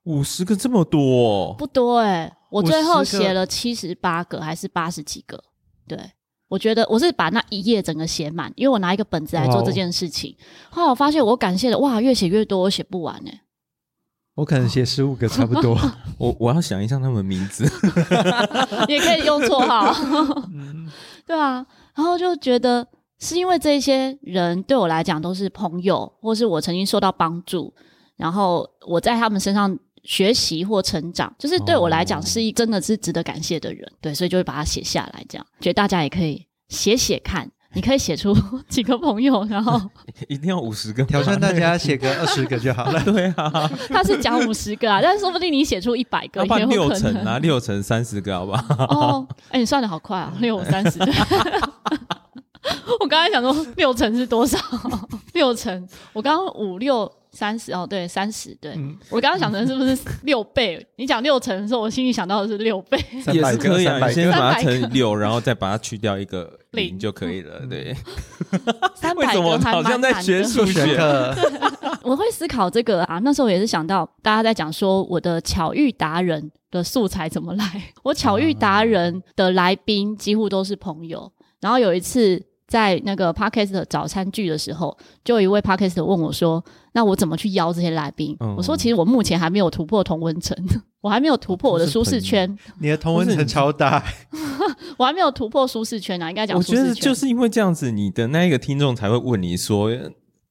[SPEAKER 3] 五十个这么多、哦
[SPEAKER 1] 不多哎、我最后
[SPEAKER 2] 50个
[SPEAKER 1] 写了七十八个还是八十几个，对。我觉得我是把那一页整个写满，因为我拿一个本子来做
[SPEAKER 2] 哇哦
[SPEAKER 1] 这件事情。后来我发现我感谢的哇，越写越多，我写不完哎、
[SPEAKER 2] 我哦可能写十五个差不多。
[SPEAKER 3] 我我要想一下他们名字。
[SPEAKER 1] 也可以用绰号，
[SPEAKER 2] 嗯
[SPEAKER 1] 对啊。然后就觉得是因为这些人对我来讲都是朋友，或是我曾经受到帮助，然后我在他们身上学习或成长，就是对我来讲
[SPEAKER 3] 哦
[SPEAKER 1] 是一真的是值得感谢的人，对，所以就会把它写下来，这样觉得大家也可以写写看。你可以写出几个朋友，然后
[SPEAKER 3] 一定要五十个，。
[SPEAKER 2] 挑战大家写 个二十个就好了
[SPEAKER 3] 对啊，
[SPEAKER 1] 他是讲五十个啊，但是说不定你写出一百个
[SPEAKER 3] 要不
[SPEAKER 1] 也
[SPEAKER 3] 然
[SPEAKER 1] 有
[SPEAKER 3] 六
[SPEAKER 1] 可
[SPEAKER 3] 乘
[SPEAKER 1] 能。
[SPEAKER 3] 啊，六乘三十个，好不好？
[SPEAKER 1] 哦，哎、你算的好快啊， 六五三十。我刚才想说六成是多少？ 六成，我刚刚五六三十哦，对，三十，对、
[SPEAKER 2] 嗯
[SPEAKER 1] 我刚刚想成是不是六倍？你讲六成的时候，我心里想到的是六 倍。
[SPEAKER 3] 也是可以
[SPEAKER 2] 三
[SPEAKER 3] 啊，
[SPEAKER 2] 百
[SPEAKER 3] 你先
[SPEAKER 2] 个，
[SPEAKER 3] 把它
[SPEAKER 1] 300个
[SPEAKER 3] 乘六，然后再把它去掉一个
[SPEAKER 1] 零嗯
[SPEAKER 3] 零就可以了。对，
[SPEAKER 1] 三
[SPEAKER 3] 为
[SPEAKER 1] 百
[SPEAKER 3] 什
[SPEAKER 1] 个
[SPEAKER 3] 么
[SPEAKER 1] 还
[SPEAKER 3] 好
[SPEAKER 1] 蛮
[SPEAKER 3] 像
[SPEAKER 1] 难
[SPEAKER 3] 在
[SPEAKER 1] 的。
[SPEAKER 3] 学数
[SPEAKER 2] 数学
[SPEAKER 3] 学？
[SPEAKER 2] 课
[SPEAKER 1] 我会思考这个啊，那时候也是想到大家在讲说我的巧遇达人的素材怎么来， 我巧遇达人的来宾几乎都是朋友。然后有一次在那个 podcast 的早餐剧的时候，就有一位 podcast 问我说：“那我怎么去邀这些来宾？”
[SPEAKER 3] 嗯
[SPEAKER 1] 我说：“其实我目前还没有突破同温层， 我还没有突破我的舒适
[SPEAKER 3] 哦
[SPEAKER 1] 圈，
[SPEAKER 2] 你的同温层超大，
[SPEAKER 1] 我还没有突破舒适圈啊，应该讲
[SPEAKER 3] 我
[SPEAKER 1] 舒
[SPEAKER 3] 觉得
[SPEAKER 1] 适圈。”
[SPEAKER 3] 就是因为这样子，你的那一个听众才会问你说，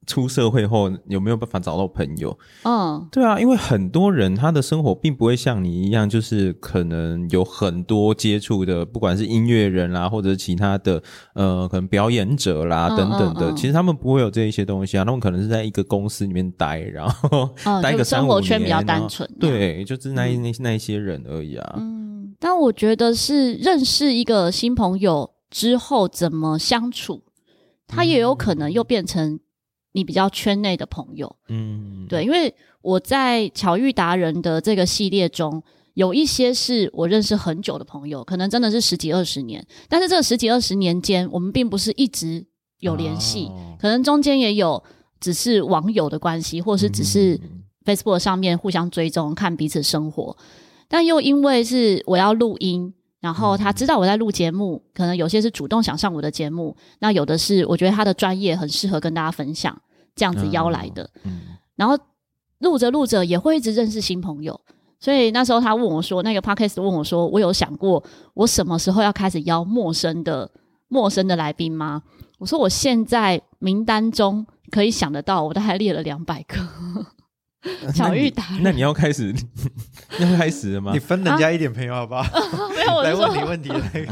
[SPEAKER 3] 出社会后有没有办法找到朋友？
[SPEAKER 1] 嗯，
[SPEAKER 3] 对啊，因为很多人他的生活并不会像你一样，就是可能有很多接触的，不管是音乐人啦，或者是其他的呃，可能表演者啦、
[SPEAKER 1] 嗯
[SPEAKER 3] 等等
[SPEAKER 1] 嗯
[SPEAKER 3] 的，
[SPEAKER 1] 嗯
[SPEAKER 3] 其实他们不会有这一些东西啊，他们可能是在一个公司里面待，然 后
[SPEAKER 1] 嗯
[SPEAKER 3] 待
[SPEAKER 1] 就
[SPEAKER 3] 个
[SPEAKER 1] 生
[SPEAKER 3] 三
[SPEAKER 1] 活
[SPEAKER 3] 五
[SPEAKER 1] 圈
[SPEAKER 3] 年
[SPEAKER 1] 比较
[SPEAKER 3] 然后
[SPEAKER 1] 单纯
[SPEAKER 3] 对，就是那一那那一些人而已啊。
[SPEAKER 1] 嗯，但我觉得是认识一个新朋友之后怎么相处，他也有可能又变成你比较圈内的朋友。
[SPEAKER 3] 嗯，
[SPEAKER 1] 对，因为我在巧遇达人的这个系列中，有一些是我认识很久的朋友，可能真的是十几二十年，但是这十几二十年间，我们并不是一直有联系，
[SPEAKER 3] 哦
[SPEAKER 1] 可能中间也有只是网友的关系，或是只是
[SPEAKER 3] 嗯
[SPEAKER 1] Facebook 上面互相追踪，看彼此生活。但又因为是我要录音，然后他知道我在录节目，可能有些是主动想上我的节目，那有的是我觉得他的专业很适合跟大家分享，这样子邀来的。
[SPEAKER 3] 嗯
[SPEAKER 1] 然后录着录着也会一直认识新朋友。所以那时候他问我说，那个 podcast 问我说，我有想过我什么时候要开始邀陌生的陌生的来宾吗？我说我现在名单中可以想得到，我大概列了两百个 巧遇达人。
[SPEAKER 3] 那你要开始 要开始了吗
[SPEAKER 2] 你？分人家一点朋友好不好？
[SPEAKER 1] 没 有，我
[SPEAKER 2] 来
[SPEAKER 1] 就
[SPEAKER 2] 问你
[SPEAKER 1] 说
[SPEAKER 2] 问题，来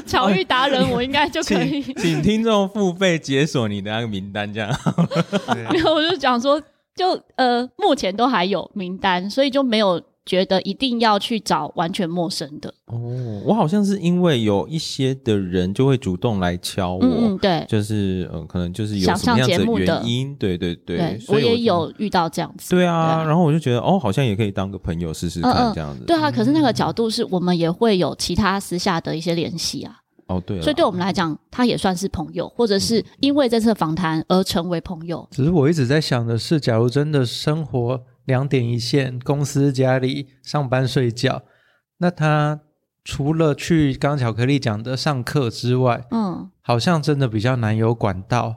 [SPEAKER 1] 巧遇达人，我应该就可以
[SPEAKER 3] 请。请听众付费解锁你的那个名单，这样。
[SPEAKER 1] 没
[SPEAKER 2] 对
[SPEAKER 1] 有，我就讲说，就呃，目前都还有名单，所以就没有觉得一定要去找完全陌生的。
[SPEAKER 3] 哦，我好像是因为有一些的人就会主动来敲我，
[SPEAKER 2] 哦
[SPEAKER 1] 嗯嗯，对。
[SPEAKER 3] 就是嗯、呃可能就是有
[SPEAKER 1] 想
[SPEAKER 3] 什
[SPEAKER 1] 上
[SPEAKER 3] 么样
[SPEAKER 1] 节
[SPEAKER 3] 子
[SPEAKER 1] 目的
[SPEAKER 3] 原因，对对对，
[SPEAKER 1] 对，
[SPEAKER 3] 所
[SPEAKER 1] 我
[SPEAKER 3] 以
[SPEAKER 1] 也
[SPEAKER 3] 就
[SPEAKER 1] 有遇到这样子。
[SPEAKER 3] 对
[SPEAKER 1] 对
[SPEAKER 3] 啊，
[SPEAKER 1] 啊
[SPEAKER 3] 然后我就觉得哦，好像也可以当个朋友试试
[SPEAKER 1] 嗯
[SPEAKER 3] 看
[SPEAKER 1] 嗯
[SPEAKER 3] 这样子。
[SPEAKER 1] 对啊，可是那个角度是我们也会有其他私下的一些联系啊，
[SPEAKER 3] 哦对嗯啦，
[SPEAKER 1] 所以对我们来讲，他也算是朋友，或者是因为这次访谈而成为朋友。
[SPEAKER 2] 只是我一直在想的是，假如真的生活两点一线，公司、家里、上班、睡觉，那他除了去刚刚巧克力讲的上课之外，
[SPEAKER 1] 嗯
[SPEAKER 2] 好像真的比较难有管道。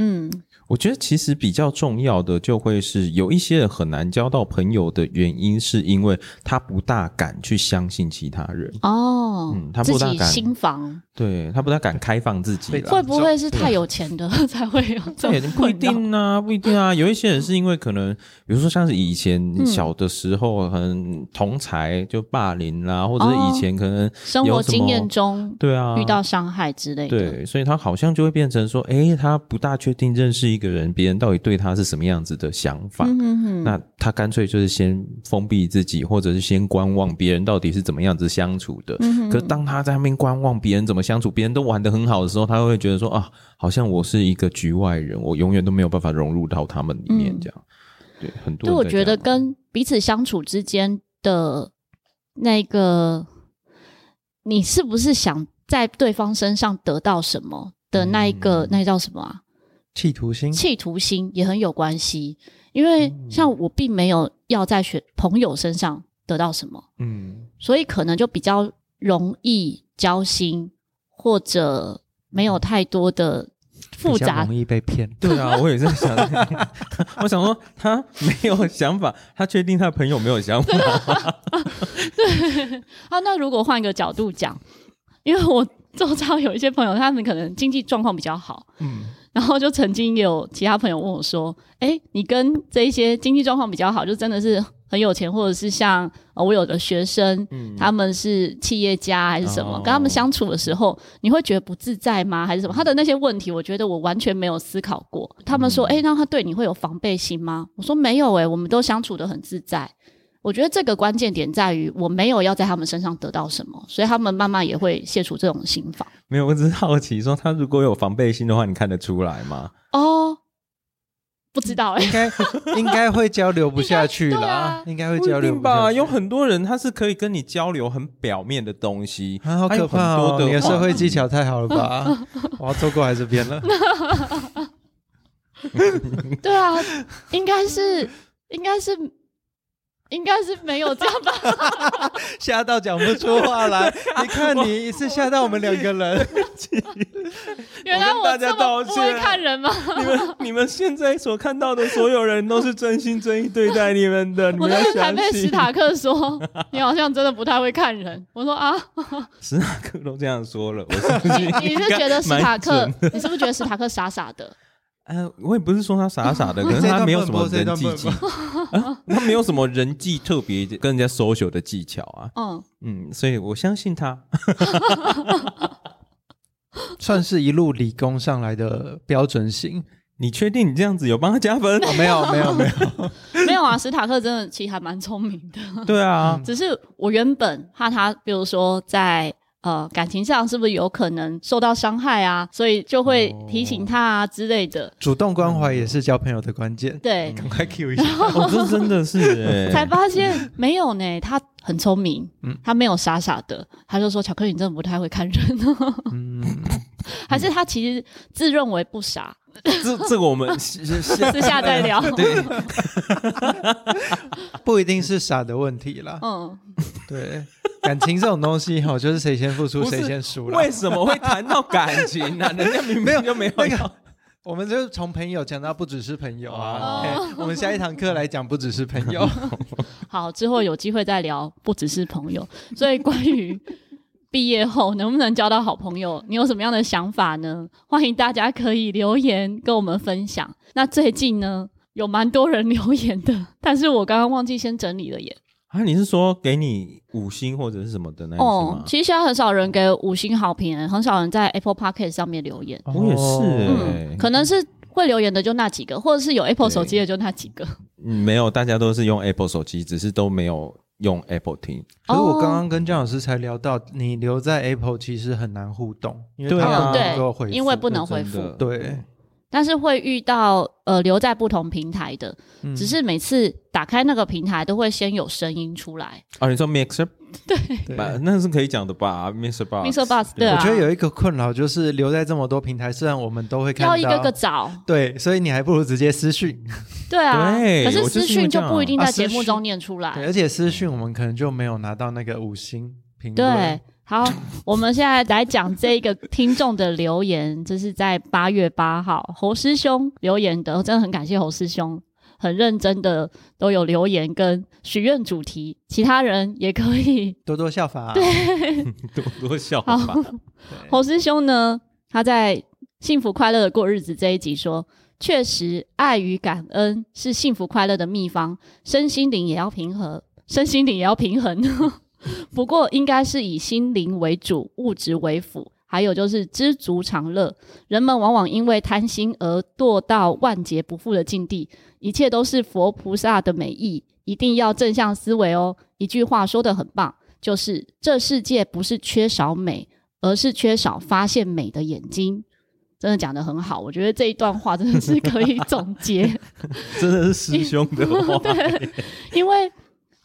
[SPEAKER 1] 嗯，
[SPEAKER 3] 我觉得其实比较重要的就会是有一些人很难交到朋友的原因，是因为他不大敢去相信其他人，
[SPEAKER 1] 哦，
[SPEAKER 3] 嗯他
[SPEAKER 1] 自
[SPEAKER 3] 不大
[SPEAKER 1] 己
[SPEAKER 3] 敢
[SPEAKER 1] 心房
[SPEAKER 3] 对他不大敢开放自己
[SPEAKER 2] 被
[SPEAKER 3] 啦。
[SPEAKER 1] 会不会是
[SPEAKER 2] 对
[SPEAKER 1] 太有钱的 才会有这
[SPEAKER 3] 啊这也
[SPEAKER 1] 种
[SPEAKER 3] 不
[SPEAKER 1] 困
[SPEAKER 3] 一
[SPEAKER 1] 扰？
[SPEAKER 3] 定啊，不一定啊。有一些人是因为可能，比如说像是以
[SPEAKER 1] 嗯
[SPEAKER 3] 前小的时候，可能同才就霸凌啦，或者是以前可能
[SPEAKER 1] 生活经验中
[SPEAKER 3] 对啊
[SPEAKER 1] 哦遇到伤害之类的。
[SPEAKER 3] 对，所以他好像就会变成说，诶，他不大确定认识一个人，别人到底对他是什么样子的想法。
[SPEAKER 1] 嗯哼哼，
[SPEAKER 3] 那他干脆就是先封闭自己，或者是先观望别人到底是怎么样子相处
[SPEAKER 1] 嗯
[SPEAKER 3] 的。可是当他在那边观望别人怎么相处，别人都玩得很好的时候，他会觉得说啊，好像我是一个局外人，我永远都没有办法融入到他们里面
[SPEAKER 1] 嗯
[SPEAKER 3] 这样。对，很多
[SPEAKER 1] 对，
[SPEAKER 3] 人
[SPEAKER 1] 我
[SPEAKER 3] 在
[SPEAKER 1] 觉
[SPEAKER 3] 这
[SPEAKER 1] 得
[SPEAKER 3] 样
[SPEAKER 1] 跟彼此相处之间的那个，你是不是想在对方身上得到什么的那一个，
[SPEAKER 3] 嗯
[SPEAKER 1] 那叫什么啊？
[SPEAKER 2] 企图心，
[SPEAKER 1] 企图心也很有关系。因为
[SPEAKER 2] 嗯
[SPEAKER 1] 像我并没有要在学朋友身上得到什么，
[SPEAKER 3] 嗯，
[SPEAKER 1] 所以可能就比较容易交心，或者没有太多的复
[SPEAKER 2] 嗯比较
[SPEAKER 1] 杂
[SPEAKER 2] 容易被骗。
[SPEAKER 3] 对啊，我也在想， 我想说他没有想法，他确定他朋友没有 想法，
[SPEAKER 1] 啊，那如果换个角度讲，因为我周遭有一些朋友，他们可能经济状况比较好，
[SPEAKER 3] 嗯，
[SPEAKER 1] 然后就曾经有其他朋友问我说：“哎，你跟这一些经济状况比较好，就真的是很有钱，或者是像、呃、我有的学生，
[SPEAKER 3] 嗯
[SPEAKER 1] 他们是企业家还是什么？
[SPEAKER 3] 哦
[SPEAKER 1] 跟他们相处的时候，你会觉得不自在吗？还是什么？他的那些问题，我觉得我完全没有思考过。他们说：‘
[SPEAKER 3] 嗯
[SPEAKER 1] 哎、那他对你会有防备心吗？’我说：‘没有、诶，我们都相处的很自在。’我觉得这个关键点在于，我没有要在他们身上得到什么，所以他们慢慢也会卸除这种心防。
[SPEAKER 3] 没有，我只是好奇说他如果有防备心的话，你看得出来吗？
[SPEAKER 1] 哦，不知道哎、
[SPEAKER 2] 应该应该会交流不下去
[SPEAKER 1] 应该对
[SPEAKER 2] 啦
[SPEAKER 1] 啊，
[SPEAKER 2] 应该会
[SPEAKER 3] 不一
[SPEAKER 2] 交流
[SPEAKER 3] 定
[SPEAKER 2] 不
[SPEAKER 3] 吧，
[SPEAKER 2] 下去
[SPEAKER 3] 有。很多人他是可以跟你交流很表面的东西，
[SPEAKER 2] 啊，好可怕
[SPEAKER 3] 还有很
[SPEAKER 2] 哦！
[SPEAKER 3] 多的
[SPEAKER 2] 你的社
[SPEAKER 3] 话
[SPEAKER 2] 会 技巧太好了 吧？我要坐过来这边了。
[SPEAKER 1] 对啊，应该是，应该是，应该是没有这样吧？
[SPEAKER 2] 吓到讲不出话 来。你看你一次吓到我们两个人，
[SPEAKER 1] 原来
[SPEAKER 3] 我跟大
[SPEAKER 1] 这
[SPEAKER 3] 家
[SPEAKER 1] 么
[SPEAKER 3] 道
[SPEAKER 1] 不
[SPEAKER 3] 歉
[SPEAKER 1] 会看人吗？
[SPEAKER 3] 你们你们现在所看到的所有人都是真心真意对待你们的，你
[SPEAKER 1] 我
[SPEAKER 3] 们要
[SPEAKER 1] 那天才
[SPEAKER 3] 相
[SPEAKER 1] 被史
[SPEAKER 3] 信。
[SPEAKER 1] 塔克说， 你好像真的不太会看人。我说啊，
[SPEAKER 3] 史塔克都这样说 了，我是不是
[SPEAKER 1] 你是觉得史塔
[SPEAKER 3] 应该
[SPEAKER 1] 克
[SPEAKER 3] 蛮准？
[SPEAKER 1] 你是不是觉得史塔克傻傻的？
[SPEAKER 3] 呃，我也不是说他傻傻的，可能
[SPEAKER 2] 这一
[SPEAKER 3] 他
[SPEAKER 2] 段
[SPEAKER 3] 没有
[SPEAKER 2] 不
[SPEAKER 3] 什
[SPEAKER 2] 能
[SPEAKER 3] 么
[SPEAKER 2] 播这一
[SPEAKER 3] 人
[SPEAKER 2] 段不
[SPEAKER 3] 际
[SPEAKER 2] 能
[SPEAKER 3] 技，啊他没有什么人际特别跟人家 social 的技巧啊，
[SPEAKER 1] 嗯，
[SPEAKER 3] 嗯，所以我相信他。
[SPEAKER 2] 算是一路理工上来的标 准型。
[SPEAKER 3] 你确定你这样子有帮他加分？
[SPEAKER 2] 哦，没有没 有没有，
[SPEAKER 1] 没有啊，史塔克真的其实还蛮聪明的，
[SPEAKER 3] 对啊，
[SPEAKER 1] 只是我原本怕他，比如说在。呃，感情上是不是有可能受到伤害啊？所以就会提
[SPEAKER 3] 哦
[SPEAKER 1] 醒他啊之类的。
[SPEAKER 2] 主动关怀也是交朋友的关
[SPEAKER 3] 嗯
[SPEAKER 2] 键。
[SPEAKER 1] 对，
[SPEAKER 2] 赶快 Q 一下，
[SPEAKER 3] 我、哦这真的 是、欸，
[SPEAKER 1] 才发现没有呢， 他很聪明，
[SPEAKER 2] 嗯
[SPEAKER 1] 他没有傻傻的，他就说巧克力你真的不太会看人、哦
[SPEAKER 2] 嗯，
[SPEAKER 1] 还是他其实自认为不 傻，
[SPEAKER 3] 这这个我 们私
[SPEAKER 1] 私下再聊。
[SPEAKER 3] 对，
[SPEAKER 2] 不一定是傻的问题
[SPEAKER 3] 哦
[SPEAKER 2] 啦。
[SPEAKER 1] 嗯，
[SPEAKER 2] 对，感情这种东西哈，就是谁先付出
[SPEAKER 3] 不是
[SPEAKER 2] 谁先输啦。
[SPEAKER 3] 为什么会谈到感情 呢、人家明
[SPEAKER 2] 没有
[SPEAKER 3] 明就没有
[SPEAKER 2] 那个
[SPEAKER 3] 要
[SPEAKER 2] 我们就是从朋友讲到不只是朋友啊
[SPEAKER 1] 哦，
[SPEAKER 2] 嘿我们下一堂课来讲不只是朋友。
[SPEAKER 1] 好，之后有机会再聊，不只是朋友。所以关于毕业后能不能交到好朋友，你有什么样的想法呢？欢迎大家可以留言跟我们分享。那最近呢，有蛮多人留言的，但是我刚刚忘记先整理了耶。
[SPEAKER 3] 啊？你是说给你五星或者是什么的那一种
[SPEAKER 1] 哦
[SPEAKER 3] 吗，？
[SPEAKER 1] 其实现在很少人给五星好评，很少人在 Apple Podcast 上面留言。 嗯
[SPEAKER 3] 我也是、
[SPEAKER 2] 哦
[SPEAKER 3] 欸，
[SPEAKER 1] 可能是会留言的就那几个，或者是有 Apple
[SPEAKER 3] 对
[SPEAKER 1] 手机的就那几个。
[SPEAKER 3] 嗯没有，大家都是用 Apple 手机，只是都没有用 Apple 听。
[SPEAKER 2] 可是我刚
[SPEAKER 1] 哦
[SPEAKER 2] 刚跟姜老师才聊到，你留在 Apple 其实很难互动，因为
[SPEAKER 3] 对
[SPEAKER 2] 它
[SPEAKER 3] 啊
[SPEAKER 2] 不能够回
[SPEAKER 1] 对，
[SPEAKER 2] 复，
[SPEAKER 1] 因为不能回
[SPEAKER 3] 真
[SPEAKER 1] 复
[SPEAKER 3] 的，
[SPEAKER 2] 对，
[SPEAKER 1] 但是会遇到呃留在不同平台的，
[SPEAKER 2] 嗯
[SPEAKER 1] 只是每次打开那个平台都会先有声音出来。
[SPEAKER 3] 哦，你说 Mixer
[SPEAKER 2] 对
[SPEAKER 3] 吧，那是可以讲的吧？Mixer 吧
[SPEAKER 1] Mr. Bus 对
[SPEAKER 2] 我
[SPEAKER 1] 啊
[SPEAKER 2] 觉，得有一个困扰就是留在这么多平台，虽然我们都会看到，
[SPEAKER 1] 要一个个找，
[SPEAKER 2] 对，所以你还不如直接 私讯。
[SPEAKER 1] 对啊。
[SPEAKER 3] 对
[SPEAKER 1] 可是
[SPEAKER 3] 我
[SPEAKER 1] 私
[SPEAKER 3] 就是因
[SPEAKER 1] 讯
[SPEAKER 3] 为这
[SPEAKER 1] 就
[SPEAKER 3] 样
[SPEAKER 1] 不一定
[SPEAKER 2] 啊
[SPEAKER 1] 在
[SPEAKER 2] 私
[SPEAKER 1] 节目
[SPEAKER 2] 讯
[SPEAKER 1] 中念出来。
[SPEAKER 2] 对，而且私讯我们可能就没有拿到那个五星评论。
[SPEAKER 1] 对，好，我们现在来讲这一个听众的留言，这是在八月八号侯师兄留言的，真的很感谢侯师兄，很认真的都有留言跟许愿主题，其他人也可以。
[SPEAKER 2] 多多效法、啊对，
[SPEAKER 3] 多多笑 吧。
[SPEAKER 1] 侯师兄呢，他在《幸福快乐的过日子》这一集说。确实，爱与感恩是幸福快乐的秘方，身心灵也要平衡， 身心灵也要平衡。 不过，应该是以心灵为主，物质为辅。还有就是知足常乐，人们往往因为贪心而堕到万劫不复的境地。一切都是佛菩萨的美意，一定要正向思维哦。一句话说得很棒，就是这世界不是缺少美，而是缺少发现美的眼睛。真的讲得很好，我觉得这一段话真的是可以总结。
[SPEAKER 3] 真的是师兄的话，
[SPEAKER 1] 因为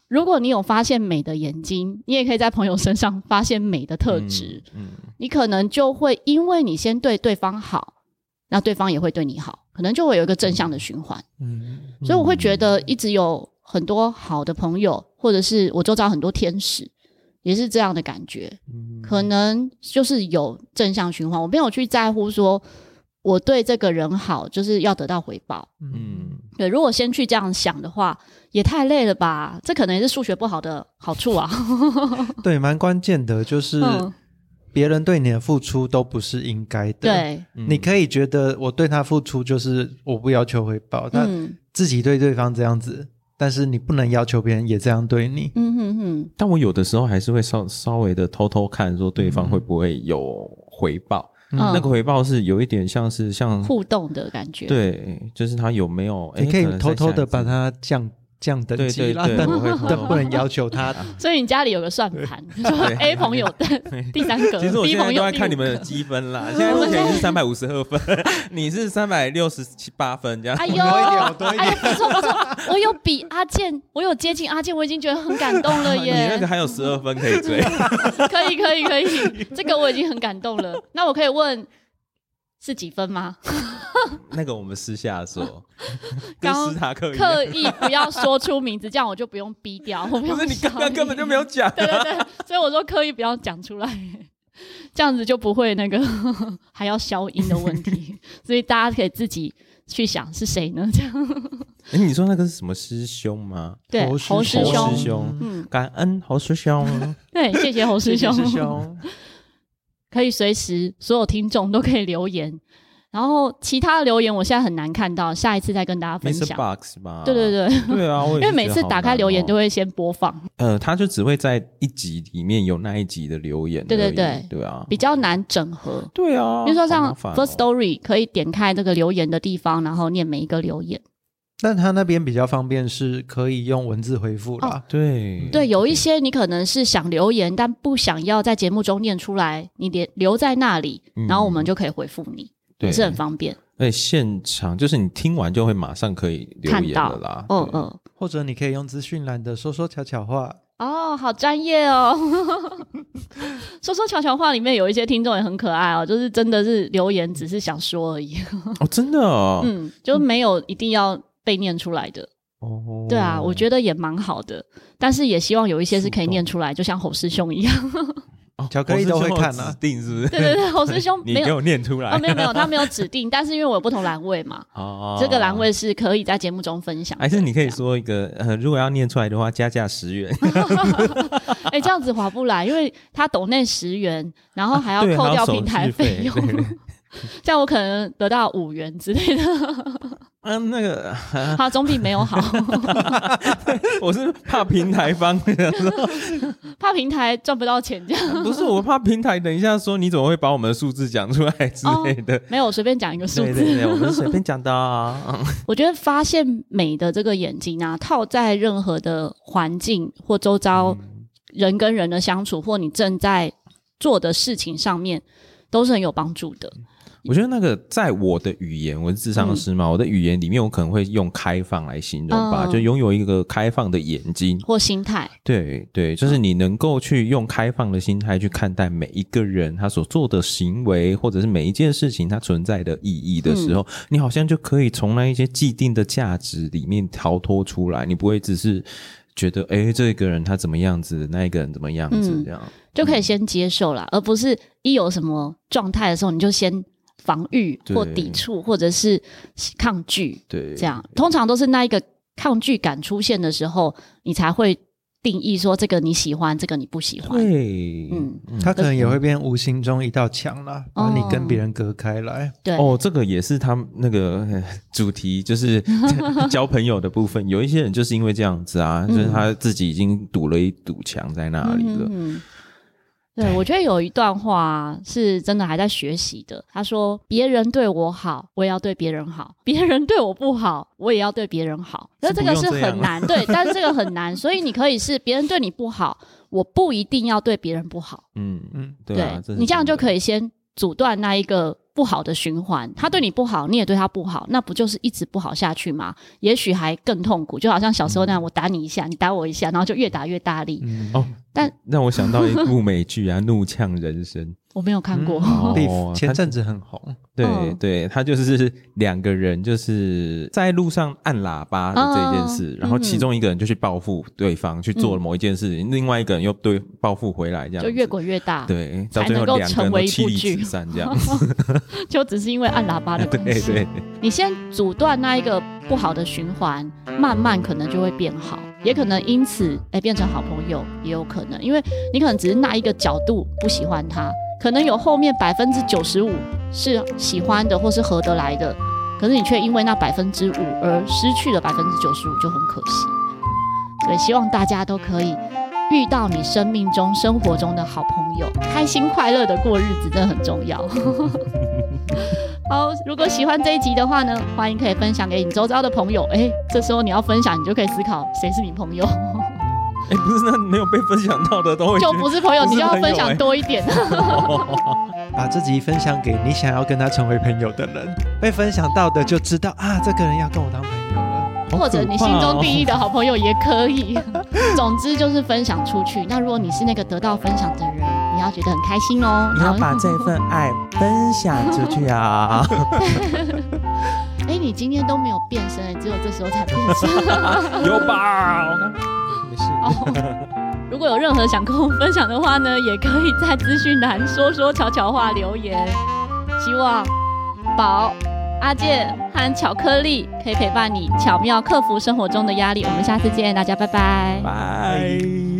[SPEAKER 1] 如果你有发现美的眼睛，你也可以在朋友身上发现美的特质，
[SPEAKER 3] 嗯，
[SPEAKER 1] 你可能就会因为你先对对方好，那对方也会对你好，可能就会有一个正向的循环。
[SPEAKER 2] 嗯，
[SPEAKER 1] 所以我会觉得一直有很多好的朋友，或者是我周遭很多天使，也是这样的感觉。
[SPEAKER 3] 嗯
[SPEAKER 1] 可能就是有正向循环，我没有去在乎说我对这个人好，就是要得到回报。
[SPEAKER 3] 嗯，
[SPEAKER 1] 对，如果先去这样想的话，也太累了吧？这可能也是数学不好的好处啊。
[SPEAKER 2] 对，蛮关键的，就 是
[SPEAKER 1] 嗯，
[SPEAKER 2] 别人对你的付出都不是应该的。，
[SPEAKER 1] 对，
[SPEAKER 3] 嗯
[SPEAKER 2] 你可以觉得我对他付出就是我不要求回报，他
[SPEAKER 1] 嗯
[SPEAKER 2] 自己对对方这样子，但是你不能要求别人也这样对你。
[SPEAKER 1] 嗯哼哼，
[SPEAKER 3] 但我有的时候还是会稍稍微的偷偷看，说对方会不会有回
[SPEAKER 1] 嗯
[SPEAKER 3] 报。那个回报是有一点像是像
[SPEAKER 1] 互动的感觉。，
[SPEAKER 3] 对，就是他有没有？哎
[SPEAKER 2] 你可以
[SPEAKER 3] 能
[SPEAKER 2] 偷
[SPEAKER 3] 在
[SPEAKER 2] 偷
[SPEAKER 3] 下
[SPEAKER 2] 的
[SPEAKER 3] 一次
[SPEAKER 1] 呃
[SPEAKER 2] 把它降降等
[SPEAKER 3] 对
[SPEAKER 2] 级
[SPEAKER 3] 对
[SPEAKER 2] 啦，
[SPEAKER 3] 对
[SPEAKER 2] 但
[SPEAKER 3] 我会偷
[SPEAKER 2] 但
[SPEAKER 3] 偷
[SPEAKER 2] 不能要求他。
[SPEAKER 1] 所以你家里有个算盘，就是 A 朋友的 第三个
[SPEAKER 3] 其实我
[SPEAKER 1] ，B
[SPEAKER 3] 现在
[SPEAKER 1] 朋
[SPEAKER 3] 都
[SPEAKER 1] 友
[SPEAKER 3] 在
[SPEAKER 1] 第
[SPEAKER 3] 看
[SPEAKER 1] 五
[SPEAKER 3] 你们
[SPEAKER 1] 个
[SPEAKER 3] 的积分 啦，现在目前是三百五十二分，你是三百六十七八分这样。
[SPEAKER 1] 哎呦，
[SPEAKER 2] 多一 点我多一
[SPEAKER 1] 哎呦，不错不错，我有比阿健，我有接近阿健，我已经觉得很感动了
[SPEAKER 3] 你那
[SPEAKER 1] 耶
[SPEAKER 3] 个。还有十二分可以追，
[SPEAKER 1] 可以可以可以，这个我已经很感动了。那我可以问是几分吗？
[SPEAKER 3] 那个我们私 下说，跟
[SPEAKER 1] 刚
[SPEAKER 3] 斯塔克一样。
[SPEAKER 1] 刻意不要说出名字，这样我就不用逼掉，我不
[SPEAKER 3] 不
[SPEAKER 1] 用
[SPEAKER 3] 是你刚
[SPEAKER 1] 笑
[SPEAKER 3] 刚根本就没有讲
[SPEAKER 1] 对对对，所以我说刻意不要讲出来，这样子就不会那个 还要消音的问题。所以大家可以自己去想是谁呢？这样
[SPEAKER 3] 哎，你说那个是什么师兄吗？
[SPEAKER 1] 对，侯
[SPEAKER 2] 师
[SPEAKER 1] 师
[SPEAKER 3] 侯
[SPEAKER 1] 兄，
[SPEAKER 3] 师兄
[SPEAKER 1] 嗯，
[SPEAKER 3] 感恩侯师兄，
[SPEAKER 1] 对，谢谢侯师
[SPEAKER 2] 谢谢
[SPEAKER 1] 兄，
[SPEAKER 2] 师兄，
[SPEAKER 1] 可以随时所有听众都可以留言。然后其他的留言我现在很难看到，下一次再跟大家 分
[SPEAKER 3] Mr.
[SPEAKER 1] 享。
[SPEAKER 3] Box 吧？
[SPEAKER 1] 对对对，
[SPEAKER 3] 对啊， 我也
[SPEAKER 1] 因
[SPEAKER 3] 是
[SPEAKER 1] 为每次打开留言都
[SPEAKER 3] 会，
[SPEAKER 1] 会先播放，
[SPEAKER 3] 呃，他就只会在一集里面有那一集的留言而已，
[SPEAKER 1] 对对对
[SPEAKER 3] 对啊，
[SPEAKER 1] 比较难整 合。
[SPEAKER 3] 对啊，
[SPEAKER 1] 比如说
[SPEAKER 3] 好
[SPEAKER 1] 像
[SPEAKER 3] 麻烦哦
[SPEAKER 1] First Story 可以点开这个留言的地方，然后念每一个留言。
[SPEAKER 2] 但他 那边比较方便，是可以用文字回复
[SPEAKER 1] 哦
[SPEAKER 2] 啦。
[SPEAKER 3] 嗯对
[SPEAKER 1] 对，有一些你可能是想留言，但不想要在节目中念出来，你留留在那里，
[SPEAKER 3] 嗯
[SPEAKER 1] 然后我们就可以回复你，
[SPEAKER 3] 对
[SPEAKER 1] 也是很方便。
[SPEAKER 3] 而且现场就是你听完就会马上可以留言了啦。
[SPEAKER 1] 嗯
[SPEAKER 3] 对，
[SPEAKER 1] 嗯，
[SPEAKER 2] 或者你可以用资讯栏的说说巧巧话，
[SPEAKER 1] 哦，好专业哦。 说说巧巧话里面有一些听众也很可爱哦，就是真的是留言只是想说而已，
[SPEAKER 3] 哦，真的哦，
[SPEAKER 1] 嗯，就没有一定要被念出来的。
[SPEAKER 3] 哦
[SPEAKER 1] 对啊，我觉得也蛮好的，但是也希望有一些是可以念出来，就像侯师兄一 样。
[SPEAKER 3] 得
[SPEAKER 2] 巧克力都会看啊
[SPEAKER 3] 定是不 是？
[SPEAKER 1] 对对对，侯师兄
[SPEAKER 3] 你
[SPEAKER 1] 没
[SPEAKER 3] 给
[SPEAKER 1] 有
[SPEAKER 3] 我念出来
[SPEAKER 1] 哦，没有没有，他没有指定，但是因为我有不同栏位嘛，
[SPEAKER 3] 哦
[SPEAKER 1] 这个栏位是可以在节目中分享的。
[SPEAKER 3] 还是你可以
[SPEAKER 1] 这样，
[SPEAKER 3] 说一个呃，如果要念出来的话，加价十元，
[SPEAKER 1] 哎，这样子划不来，因为他抖内十元，然后还要
[SPEAKER 3] 对
[SPEAKER 1] 扣
[SPEAKER 3] 还
[SPEAKER 1] 掉
[SPEAKER 3] 有手
[SPEAKER 1] 平台
[SPEAKER 3] 续费
[SPEAKER 1] 用，
[SPEAKER 3] 对 对
[SPEAKER 1] 这样我可能得到五元之类的，
[SPEAKER 3] 嗯，那个
[SPEAKER 1] 好，总比没有好。
[SPEAKER 3] 我是怕平台方，
[SPEAKER 1] 怕平台赚不到钱这样。
[SPEAKER 3] 不是我怕平台，等一下说你怎么会把我们的数字讲出来之类的。
[SPEAKER 1] 没有，我随便讲一个哦数
[SPEAKER 3] 对
[SPEAKER 1] 字。
[SPEAKER 3] 对对，我们随便讲的啊。 嗯
[SPEAKER 1] 我觉得发现美的这个眼睛啊，套在任何的环境或周遭
[SPEAKER 3] 嗯
[SPEAKER 1] 人跟人的相处，或你正在做的事情上面，都是很有帮助的。
[SPEAKER 3] 嗯我觉得那个在我的语言，我是智商师嘛，我的语言里面我可能会用开放来形容吧，
[SPEAKER 1] 嗯
[SPEAKER 3] 就拥有一个开放的眼睛。
[SPEAKER 1] 或心态，
[SPEAKER 3] 对对，就是
[SPEAKER 1] 嗯
[SPEAKER 3] 你能够去用开放的心态去看待每一个人他所做的行为，或者是每一件事情它存在的意义的时候，
[SPEAKER 1] 嗯
[SPEAKER 3] 你好像就可以从那一些既定的价值里面逃脱出来，你不会只是觉得诶这个人他怎么样子，那一个人怎么样子
[SPEAKER 1] 嗯
[SPEAKER 3] 这样。
[SPEAKER 1] 就可以先接受
[SPEAKER 3] 嗯
[SPEAKER 1] 啦，而不是一有什么状态的时候，你就先防御
[SPEAKER 3] 对
[SPEAKER 1] 或抵触，或者是抗拒。
[SPEAKER 3] 对，
[SPEAKER 1] 这样，通常都是那一个抗拒感出现的时候，你才会定义说这个你喜欢，这个你不喜欢。
[SPEAKER 3] 对，
[SPEAKER 1] 嗯，
[SPEAKER 2] 他可能也会变无形中一道墙啦，
[SPEAKER 1] 哦
[SPEAKER 2] 把你跟别人隔开来。
[SPEAKER 1] 对，
[SPEAKER 3] 哦，这个也是他们那个呃主题，就是 交朋友的部分。有一些人就是因为这样子啊，就是他自己已经堵了一堵墙在那里
[SPEAKER 1] 嗯
[SPEAKER 3] 了。
[SPEAKER 1] 嗯嗯对，我觉得有一段话是真的还在学习的。他说：“别人对我好，我也要对别人好；别人对我不 好，我也要对别人好。”那
[SPEAKER 3] 是
[SPEAKER 1] 这
[SPEAKER 3] 不
[SPEAKER 1] 个
[SPEAKER 3] 用
[SPEAKER 1] 是
[SPEAKER 3] 这样
[SPEAKER 1] 很
[SPEAKER 3] 啊
[SPEAKER 1] 难，对，但是这个很难，所以你可以是别人对你不好，我不一定要对别人不好。
[SPEAKER 3] 嗯，
[SPEAKER 2] 嗯，
[SPEAKER 3] 对啊，这是
[SPEAKER 1] 你这样就可
[SPEAKER 3] 以。
[SPEAKER 1] 以先阻断那一个不好的循环，他对你不好，你也对他不好，那不就是一直不好下去吗？也许还更痛苦，就好像小时候那样，我打你一下，你打我一下，然后就越打越大力。
[SPEAKER 2] 嗯
[SPEAKER 3] 哦
[SPEAKER 1] 但
[SPEAKER 3] 让我想到一部美剧啊，《怒呛 人生
[SPEAKER 1] 我没有看过，
[SPEAKER 3] 哦
[SPEAKER 2] Beef 前
[SPEAKER 3] 他
[SPEAKER 2] 阵子很红，》。
[SPEAKER 3] 对
[SPEAKER 1] 嗯
[SPEAKER 3] 对，他就是两个人就是在路上按喇叭的这件事，
[SPEAKER 1] 哦
[SPEAKER 3] 然后其
[SPEAKER 1] 嗯
[SPEAKER 3] 中一个人就去报复对方，去做了某一件事情，另外一个人又对报复回来，这样
[SPEAKER 1] 就
[SPEAKER 3] 子
[SPEAKER 1] 越滚越大，
[SPEAKER 3] 对，
[SPEAKER 1] 才
[SPEAKER 3] 到最后
[SPEAKER 1] 能够
[SPEAKER 3] 两个
[SPEAKER 1] 成
[SPEAKER 3] 人都
[SPEAKER 1] 为一
[SPEAKER 3] 妻
[SPEAKER 1] 部
[SPEAKER 3] 离
[SPEAKER 1] 剧
[SPEAKER 3] 子散这样。
[SPEAKER 1] 就只是因为按喇叭的
[SPEAKER 3] 对
[SPEAKER 1] 关
[SPEAKER 3] 对
[SPEAKER 1] 系。
[SPEAKER 3] 对，
[SPEAKER 1] 你先阻断那一个不好的循环，慢慢可能就会变好，也可能因此哎变成好朋友，也有可能，因为你可能只是那一个角度不喜欢他，可能有后面百分之九十五是喜欢的或是合得来的，可是你却因为那百分之五而失去了百分之九十五，就很可惜。所以希望大家都可以遇到你生命中、生活中的好朋友，开心快乐的过日子，真的很重要。好，如果喜欢这一集的话呢，欢迎可以分享给你周遭的朋友。哎，这时候你要分享，你就可以思考谁是你朋友，
[SPEAKER 3] 哎，不是那没有被分享到的都会
[SPEAKER 1] 就
[SPEAKER 3] 觉得
[SPEAKER 1] 不是朋友，
[SPEAKER 3] 不
[SPEAKER 1] 你
[SPEAKER 3] 是
[SPEAKER 1] 就要
[SPEAKER 3] 朋友
[SPEAKER 1] 分享
[SPEAKER 3] 哎
[SPEAKER 1] 多一点。
[SPEAKER 2] 把这集分享给你想要跟他成为朋友的人，被分享到的就知道啊，这个人要跟我当朋友了。
[SPEAKER 1] 或者你心中第一的好朋友也可以。总之就是分享出去。那如果你是那个得到分享的人，你要觉得很开心哦。
[SPEAKER 4] 你要把这份爱分享出去啊！
[SPEAKER 1] 哎，你今天都没有变身，只有这时候才变身。
[SPEAKER 3] 有吧？
[SPEAKER 2] 没事，
[SPEAKER 1] 哦，如果有任何想跟我们分享的话呢，也可以在资讯栏说说悄悄话留言。希望宝、阿健和巧克力可以陪伴你，巧妙克服生活中的压力。我们下次见，大家拜拜
[SPEAKER 3] 拜。